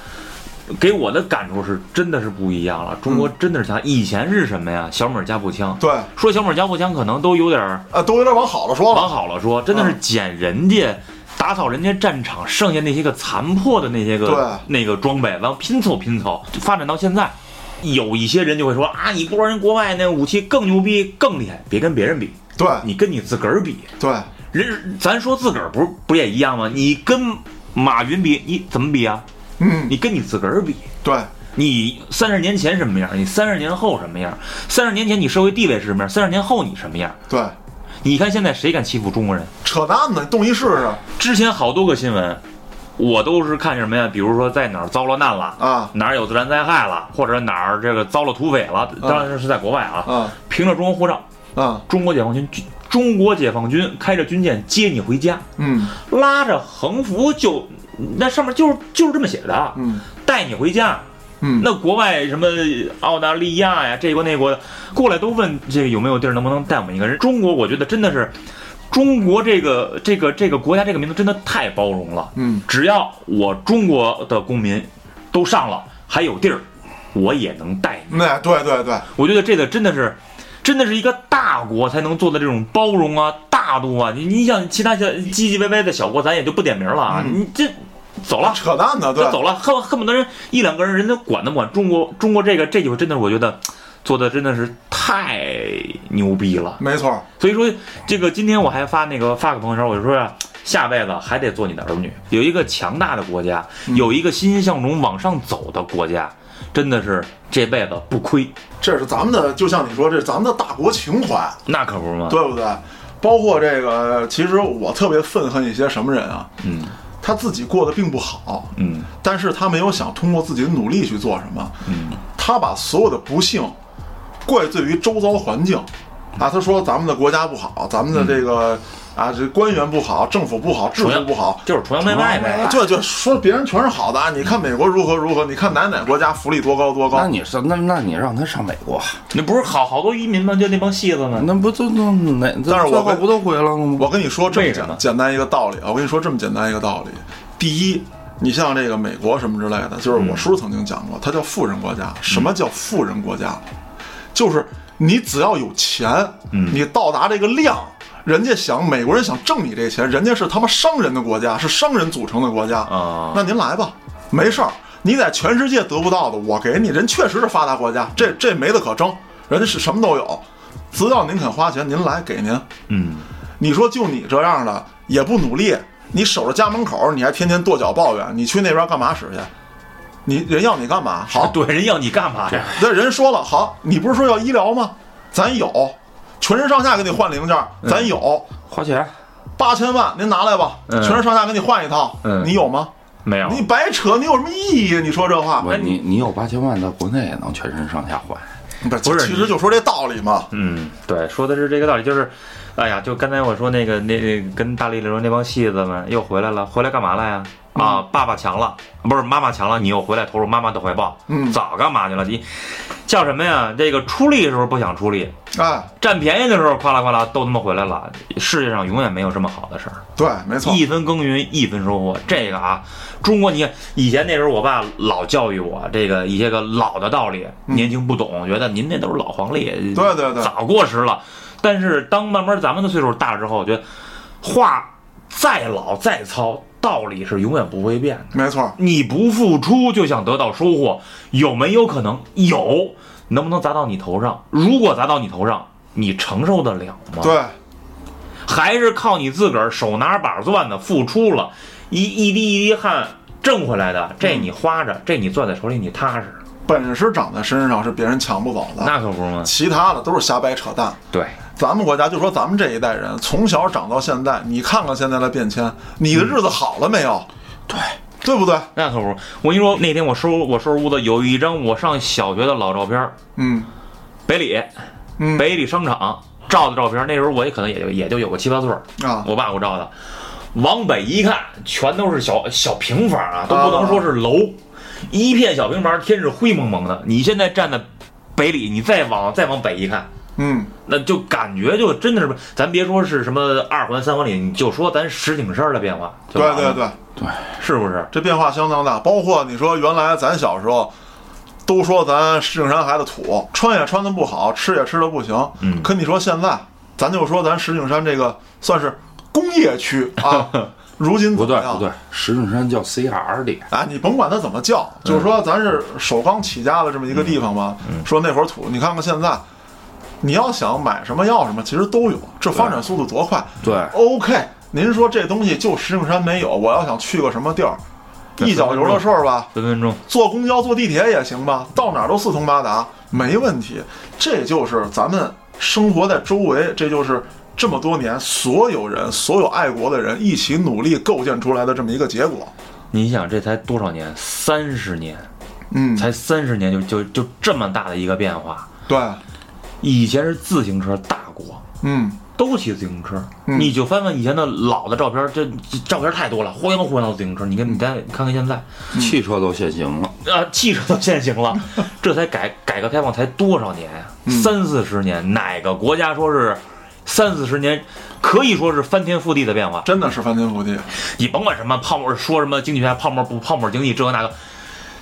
Speaker 2: 给我的感触是真的是不一样了。中国真的是强，以前是什么呀？小米加步枪，
Speaker 1: 对
Speaker 2: 说小米加步枪可能都有点儿
Speaker 1: 啊，都有点往好了说
Speaker 2: 往
Speaker 1: 了，
Speaker 2: 好了说，真的是捡人家。打扫人家战场剩下那些个残破的那些个那个装备，完后拼凑拼凑，发展到现在，有一些人就会说啊，你不知道人国外那武器更牛逼、更厉害，别跟别人比，
Speaker 1: 对
Speaker 2: 你跟你自个儿比，
Speaker 1: 对
Speaker 2: 人咱说自个儿不是不也一样吗？你跟马云比，你怎么比啊？
Speaker 1: 嗯
Speaker 2: 你跟你自个儿比，
Speaker 1: 对
Speaker 2: 你三十年前什么样，你三十年后什么样？三十年前你社会地位是什么样，三十年后你什么样？
Speaker 1: 对，
Speaker 2: 你看现在谁敢欺负中国人？
Speaker 1: 扯淡呢，你动一试试
Speaker 2: 之前好多个新闻，我都是看什么呀？比如说在哪儿遭了难了，
Speaker 1: 啊
Speaker 2: 哪儿有自然灾害了，或者哪儿这个遭了土匪了，当然是在国外啊。
Speaker 1: 啊
Speaker 2: 凭着中国护照，
Speaker 1: 啊
Speaker 2: 中国解放军，中国解放军开着军舰接你回家，
Speaker 1: 嗯
Speaker 2: 拉着横幅就那上面就是就是这么写的，啊
Speaker 1: 嗯
Speaker 2: 带你回家。
Speaker 1: 嗯，
Speaker 2: 那国外什么澳大利亚呀，这国那国的过来都问这个有没有地儿能不能带我们一个人。中国我觉得真的是，中国这个这个这个国家这个民族真的太包容了。
Speaker 1: 嗯
Speaker 2: 只要我中国的公民都上了，还有地儿，我也能带你。
Speaker 1: 那对对对
Speaker 2: 我觉得这个真的是，真的是一个大国才能做的这种包容啊、大度啊。你你像其他小唧唧歪歪的小国，咱也就不点名了啊。
Speaker 1: 嗯
Speaker 2: 你这走了。
Speaker 1: 啊扯淡呢，对
Speaker 2: 就走了，恨恨不得人一两个人，人家管都不管。中国中国这个这句话真的是我觉得做的真的是太牛逼了。
Speaker 1: 没错，
Speaker 2: 所以说，这个今天我还发那个发个朋友圈，我就说啊，下辈子还得做你的儿女。有一个强大的国家，有一个欣欣向荣往上走的国家，真的是这辈子不亏。
Speaker 1: 这是咱们的，就像你说，这是咱们的大国情怀。
Speaker 2: 那可不是吗？，
Speaker 1: 对不对？包括这个，其实我特别愤恨一些什么人啊，
Speaker 2: 嗯
Speaker 1: 他自己过得并不好，
Speaker 2: 嗯
Speaker 1: 但是他没有想通过自己的努力去做什么，
Speaker 2: 嗯，
Speaker 1: 他把所有的不幸怪罪于周遭环境
Speaker 2: 嗯
Speaker 1: 啊，他说咱们的国家不好，咱们的这个、啊这官员不好，政府不好，制
Speaker 2: 崇
Speaker 1: 度
Speaker 2: 洋
Speaker 1: 不好。
Speaker 2: 就是崇洋媚外呗。
Speaker 1: 对对，说别人全是好的啊！你看美国如何如何，你看哪哪国家福利多高多高
Speaker 3: 那，你上那那你让他上美国，
Speaker 2: 那不是好好多移民吗？就那帮戏子吗？
Speaker 3: 那不就那哪？
Speaker 1: 但是我
Speaker 3: 最后
Speaker 1: 跟
Speaker 3: 不都回来了吗？
Speaker 1: 我跟你说这么
Speaker 2: 为什
Speaker 1: 简
Speaker 2: 么
Speaker 1: 简单一个道理啊，我跟你说这么简单一个道理。第一，你像这个美国什么之类的，就是
Speaker 2: 嗯
Speaker 1: 我叔曾经讲过，它叫富人国家。什么叫富人国家？就是你只要有钱，
Speaker 2: 嗯
Speaker 1: 你到达这个量。人家想，美国人想挣你这钱，人家是他妈商人的国家，是商人组成的国家
Speaker 2: 啊
Speaker 1: 那您来吧，没事儿，你在全世界得不到的，我给你。人确实是发达国家，这这没得可争，人家是什么都有，只要您肯花钱，您来给您。
Speaker 2: 嗯，
Speaker 1: 你说就你这样的也不努力，你守着家门口，你还天天跺脚抱怨，你去那边干嘛使去？你人要你干嘛？好，
Speaker 2: 对，人要你干嘛呀？
Speaker 1: 那人说了，好，你不是说要医疗吗？咱有，全身上下给你换零件，咱有
Speaker 3: 花钱
Speaker 1: 八千万，您拿来吧，
Speaker 2: 嗯
Speaker 1: 全身上下给你换一套，
Speaker 2: 嗯
Speaker 1: 你有吗？
Speaker 2: 没有
Speaker 1: 你白扯，你有什么意义？啊你说这话
Speaker 3: 不是哎你你有八千万，在国内也能全身上下换。
Speaker 1: 不
Speaker 2: 是
Speaker 1: 其实就说这道理嘛。
Speaker 2: 嗯，对，说的是这个道理，就是，哎呀，就刚才我说那个那那跟大力里说那帮戏子们又回来了，回来干嘛来呀、啊？啊，爸爸强了，不是妈妈强了，你又回来投入妈妈的怀抱，
Speaker 1: 嗯
Speaker 2: 早干嘛去了？你叫什么呀？这个出力的时候不想出力，
Speaker 1: 哎，
Speaker 2: 占便宜的时候夸啦夸啦都他妈回来了。世界上永远没有这么好的事儿，
Speaker 1: 对，没错，
Speaker 2: 一分耕耘一分收获。这个啊，中国你看以前那时候我爸老教育我这个一些个老的道理，年轻不懂，觉得您那都是老黄历，
Speaker 1: 对对对
Speaker 2: 早过时了。但是当慢慢咱们的岁数大了之后，我觉得话再老再糙，道理是永远不会变的。
Speaker 1: 没错，
Speaker 2: 你不付出就想得到收获，有没有可能？有，能不能砸到你头上？如果砸到你头上，你承受得了吗？，
Speaker 1: 对，
Speaker 2: 还是靠你自个儿手拿把攥的，付出了，一一滴一滴汗挣回来的，这你花着，这你攥在手里你踏实，
Speaker 1: 本事长在身上是别人抢不走的，
Speaker 2: 那可不是吗？
Speaker 1: 其他的都是瞎掰扯淡。
Speaker 2: 对，
Speaker 1: 咱们国家就说咱们这一代人从小长到现在，你看看现在的变迁，你的日子好了没有？对，对不对？
Speaker 2: 那可不是。我跟你说，那天我收我收拾屋子，有一张我上小学的老照片儿，
Speaker 1: 嗯
Speaker 2: 北里，
Speaker 1: 嗯
Speaker 2: 北里商场照的照片儿，那时候我也可能也就也就有个七八岁儿。
Speaker 1: 啊，
Speaker 2: 我爸给我照的。往北一看，全都是小小平房啊，都不能说是楼，一片小平房，天是灰蒙蒙的。你现在站在北里，你再往再往北一看，
Speaker 1: 嗯，
Speaker 2: 那就感觉就真的是，咱别说是什么二环三环里，你就说咱石景山的变化，就
Speaker 1: 对
Speaker 2: 完了
Speaker 1: 对，对，
Speaker 2: 是不是？
Speaker 1: 这变化相当大。包括你说原来咱小时候。都说咱石景山孩子土，穿也穿的不好，吃也吃的不行。
Speaker 2: 嗯
Speaker 1: 可你说现在，咱就说咱石景山这个算是工业区啊，如今
Speaker 3: 不
Speaker 1: 怎么
Speaker 3: 对
Speaker 1: 样？
Speaker 3: 不对，石景山叫 CR 里，
Speaker 1: 啊，你甭管它怎么叫，就是说咱是首钢起家的这么一个地方嘛。说那会儿土，你看看现在，你要想买什么要什么，其实都有，这发展速度多快。
Speaker 3: 对
Speaker 1: OK，您说这东西就石景山没有，我要想去个什么地儿，一脚油的事儿吧，
Speaker 2: 分分钟，
Speaker 1: 坐公交、坐地铁也行吧，到哪儿都四通八达，没问题。这就是咱们生活在周围，这就是这么多年所有人、所有爱国的人一起努力构建出来的这么一个结果。
Speaker 2: 你想这才多少年？三十年，
Speaker 1: 嗯，
Speaker 2: 才三十年就就就这么大的一个变化。
Speaker 1: 对，
Speaker 2: 以前是自行车大国，
Speaker 1: 嗯。
Speaker 2: 都骑自行车，
Speaker 1: 嗯
Speaker 2: 你就翻翻以前的老的照片，这这照片太多了，互相互相自行车。你看，你再看看现在，
Speaker 3: 汽车都限行了。
Speaker 2: 啊，汽车都 限行了，这才改改革开放才多少年呀、
Speaker 1: 嗯
Speaker 2: 三四十年，哪个国家说是三四十年，可以说是翻天覆地的变化。
Speaker 1: 真的是翻天覆地。
Speaker 2: 你甭管什么泡沫，说什么经济学家泡沫不泡沫经济，这个那个。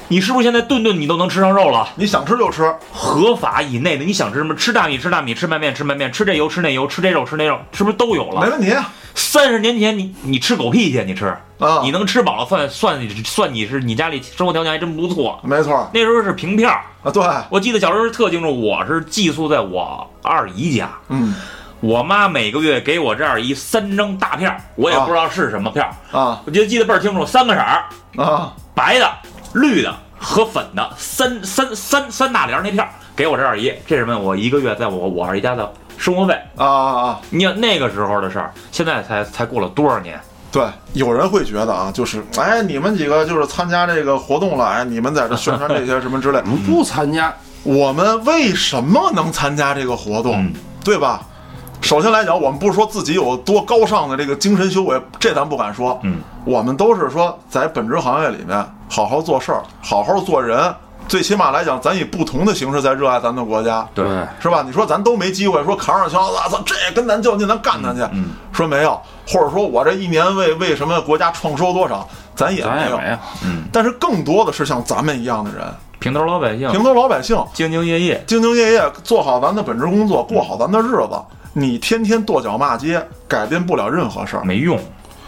Speaker 2: 你是不是现在顿顿你都能吃上肉了？
Speaker 1: 你想吃就吃，
Speaker 2: 合法以内的，你想吃什么？吃大米，吃大米，吃麦面，吃麦面，吃这油，吃那油，吃这肉，吃那肉，是不是都有了？
Speaker 1: 没问题
Speaker 2: 三十年前你你吃狗屁去，你吃，
Speaker 1: 啊。
Speaker 2: 你能吃饱了算算你算你是你家里生活条件还真不错。
Speaker 1: 没错啊，
Speaker 2: 那时候是凭票，
Speaker 1: 对，
Speaker 2: 我记得小时候特清楚，我是寄宿在我二姨家，
Speaker 1: 嗯
Speaker 2: 我妈每个月给我这二姨三张大票，我也
Speaker 1: 啊
Speaker 2: 不知道是什么票，
Speaker 1: 啊
Speaker 2: 我就记得倍儿清楚，三个色儿，
Speaker 1: 啊，
Speaker 2: 白的、绿的和粉的，三三三三大帘儿那票给我这二姨，这是问我一个月在我我二姨家的生活费。
Speaker 1: 啊啊啊！
Speaker 2: 你想那个时候的事儿，现在才才过了多少年？
Speaker 1: 对，有人会觉得啊，就是哎，你们几个就是参加这个活动了，哎，你们在这宣传这些什么 之类
Speaker 3: 我。们嗯不参加，
Speaker 1: 我们为什么能参加这个活动
Speaker 2: 嗯，
Speaker 1: 对吧？首先来讲，我们不是说自己有多高尚的这个精神修为，这咱不敢说。
Speaker 2: 嗯，
Speaker 1: 我们都是说在本职行业里面好好做事儿，好好做人。最起码来讲，咱以不同的形式在热爱咱们的国家。
Speaker 2: 对
Speaker 1: 是吧？你说咱都没机会，说扛上枪，我操，这跟咱较劲，咱干他去。
Speaker 2: 嗯
Speaker 1: 说没有，或者说我这一年为为什么国家创收多少，咱也
Speaker 3: 咱
Speaker 1: 没
Speaker 3: 也
Speaker 1: 有。
Speaker 3: 没有。
Speaker 1: 但是更多的是像咱们一样的人，
Speaker 2: 平头老百姓，
Speaker 1: 平头老百姓，
Speaker 2: 兢兢业业，
Speaker 1: 兢兢业业做好咱的本职工作，过好咱的日子。你天天跺脚骂街，改变不了任何事儿，
Speaker 2: 没用。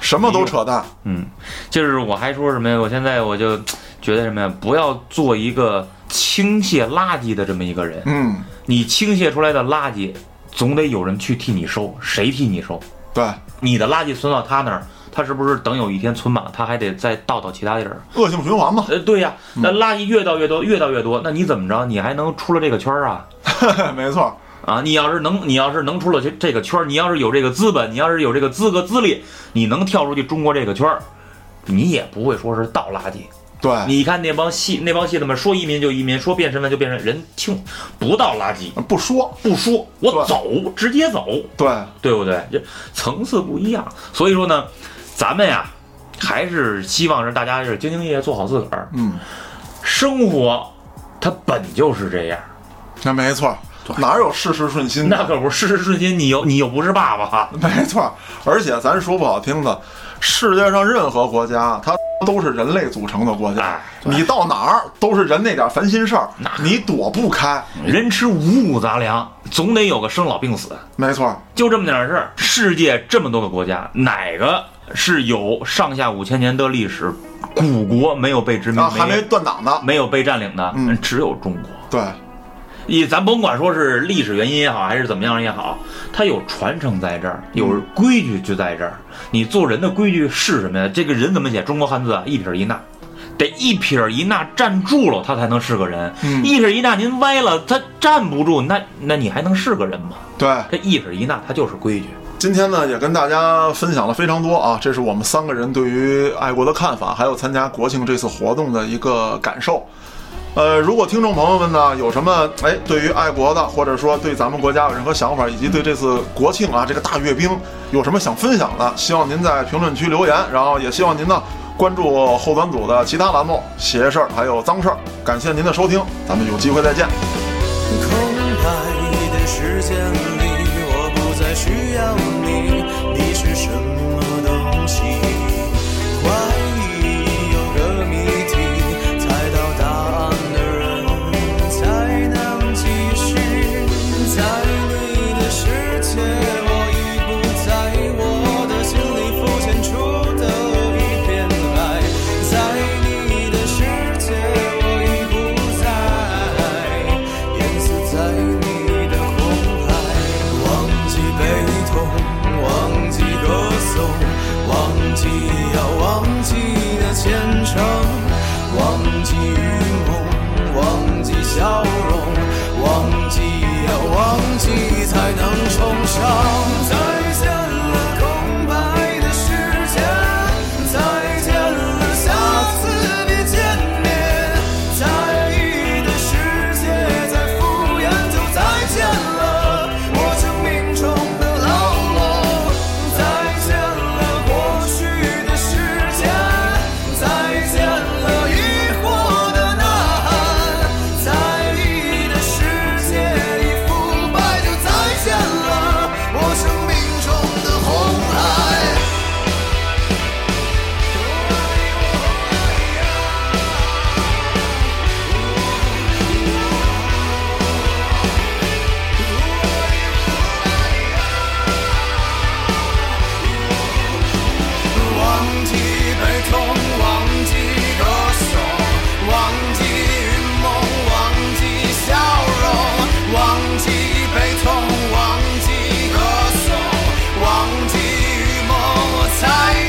Speaker 1: 什么都扯淡。
Speaker 2: 嗯，就是我还说什么呀？我现在我就觉得什么呀？不要做一个倾泻垃圾的这么一个人。
Speaker 1: 嗯，
Speaker 2: 你倾泻出来的垃圾，总得有人去替你收，谁替你收？
Speaker 1: 对，
Speaker 2: 你的垃圾存到他那儿，他是不是等有一天存满了，他还得再倒到其他的人？
Speaker 1: 恶性循环嘛，
Speaker 2: 呃，对呀，那垃圾越倒越多，越倒越多，那你怎么着？你还能出了这个圈儿啊？
Speaker 1: 没错。
Speaker 2: 啊，你要是能，你要是能出了这这个圈儿，你要是有这个资本，你要是有这个资格资历，你能跳出去中国这个圈儿，你也不会说是倒垃圾。
Speaker 1: 对，
Speaker 2: 你看那帮戏那帮戏子们说移民就移民，说变身份就变身，人听不倒垃圾，
Speaker 1: 不说，
Speaker 2: 不说我
Speaker 1: 对
Speaker 2: 走，直接走，
Speaker 1: 对，
Speaker 2: 对不对？这层次不一样，所以说呢，咱们呀，还是希望是大家是兢兢业业做好自个儿。
Speaker 1: 嗯，
Speaker 2: 生活它本就是这样，
Speaker 1: 那没错儿，哪有事事顺心的？
Speaker 2: 那可不是事事顺心，你又你又不是爸爸，
Speaker 1: 没错儿，而且咱说不好听的，世界上任何国家，它都是人类组成的国家
Speaker 2: 哎。
Speaker 1: 你到哪儿都是人那点烦心事儿，你躲不开。
Speaker 2: 人吃五谷杂粮，总得有个生老病死。
Speaker 1: 没错儿，
Speaker 2: 就这么点儿事儿，世界这么多个国家，哪个是有上下五千年的历史，古国没有被殖民，
Speaker 1: 啊，还没
Speaker 2: 没
Speaker 1: 断档呢。
Speaker 2: 没有被占领的？
Speaker 1: 嗯
Speaker 2: 只有中国。
Speaker 1: 对，
Speaker 2: 你咱甭管说是历史原因也好，还是怎么样也好，它有传承在这儿，
Speaker 1: 嗯
Speaker 2: 有规矩就在这儿。你做人的规矩是什么呀？这个人怎么写？中国汉字啊，一撇一捺，得一撇一捺站住了，他才能是个人。
Speaker 1: 嗯
Speaker 2: 一撇一捺您歪了，他站不住，那那你还能是个人吗？
Speaker 1: 对。
Speaker 2: 这一撇一捺，它就是规矩。
Speaker 1: 今天呢，也跟大家分享了非常多啊，这是我们三个人对于爱国的看法，还有参加国庆这次活动的一个感受。呃，如果听众朋友们呢有什么哎对于爱国的，或者说对咱们国家有任何想法，以及对这次国庆啊这个大阅兵有什么想分享的，希望您在评论区留言，然后也希望您呢关注后端组的其他栏目“邪事儿”还有“脏事儿”。感谢您的收听，咱们有机会再见。
Speaker 4: 空白的时间里，我不再需要你，你是什么东西？怀疑有个谜题，猜到答案的人才能继续。在你的世界，我已不在我的心里浮现出的一片海，在你的世界，我已不在。淹死在你的红海，忘记悲痛，忘记歌颂，忘记要忘记的虔诚，忘记愚梦，忘记笑容，忘记要忘记才能重生。再见了空白的世界，再见了下次别见面，在意的世界再敷衍就再见了，我生命中的牢笼。再见了过去的世界，再见了疑惑的呐喊，在意的世界已腐败就再见了，我生命中的红海。忘记悲痛，忘记歌颂，忘记云梦，忘记笑容，忘记悲痛，忘记歌颂，忘记雨梦，我才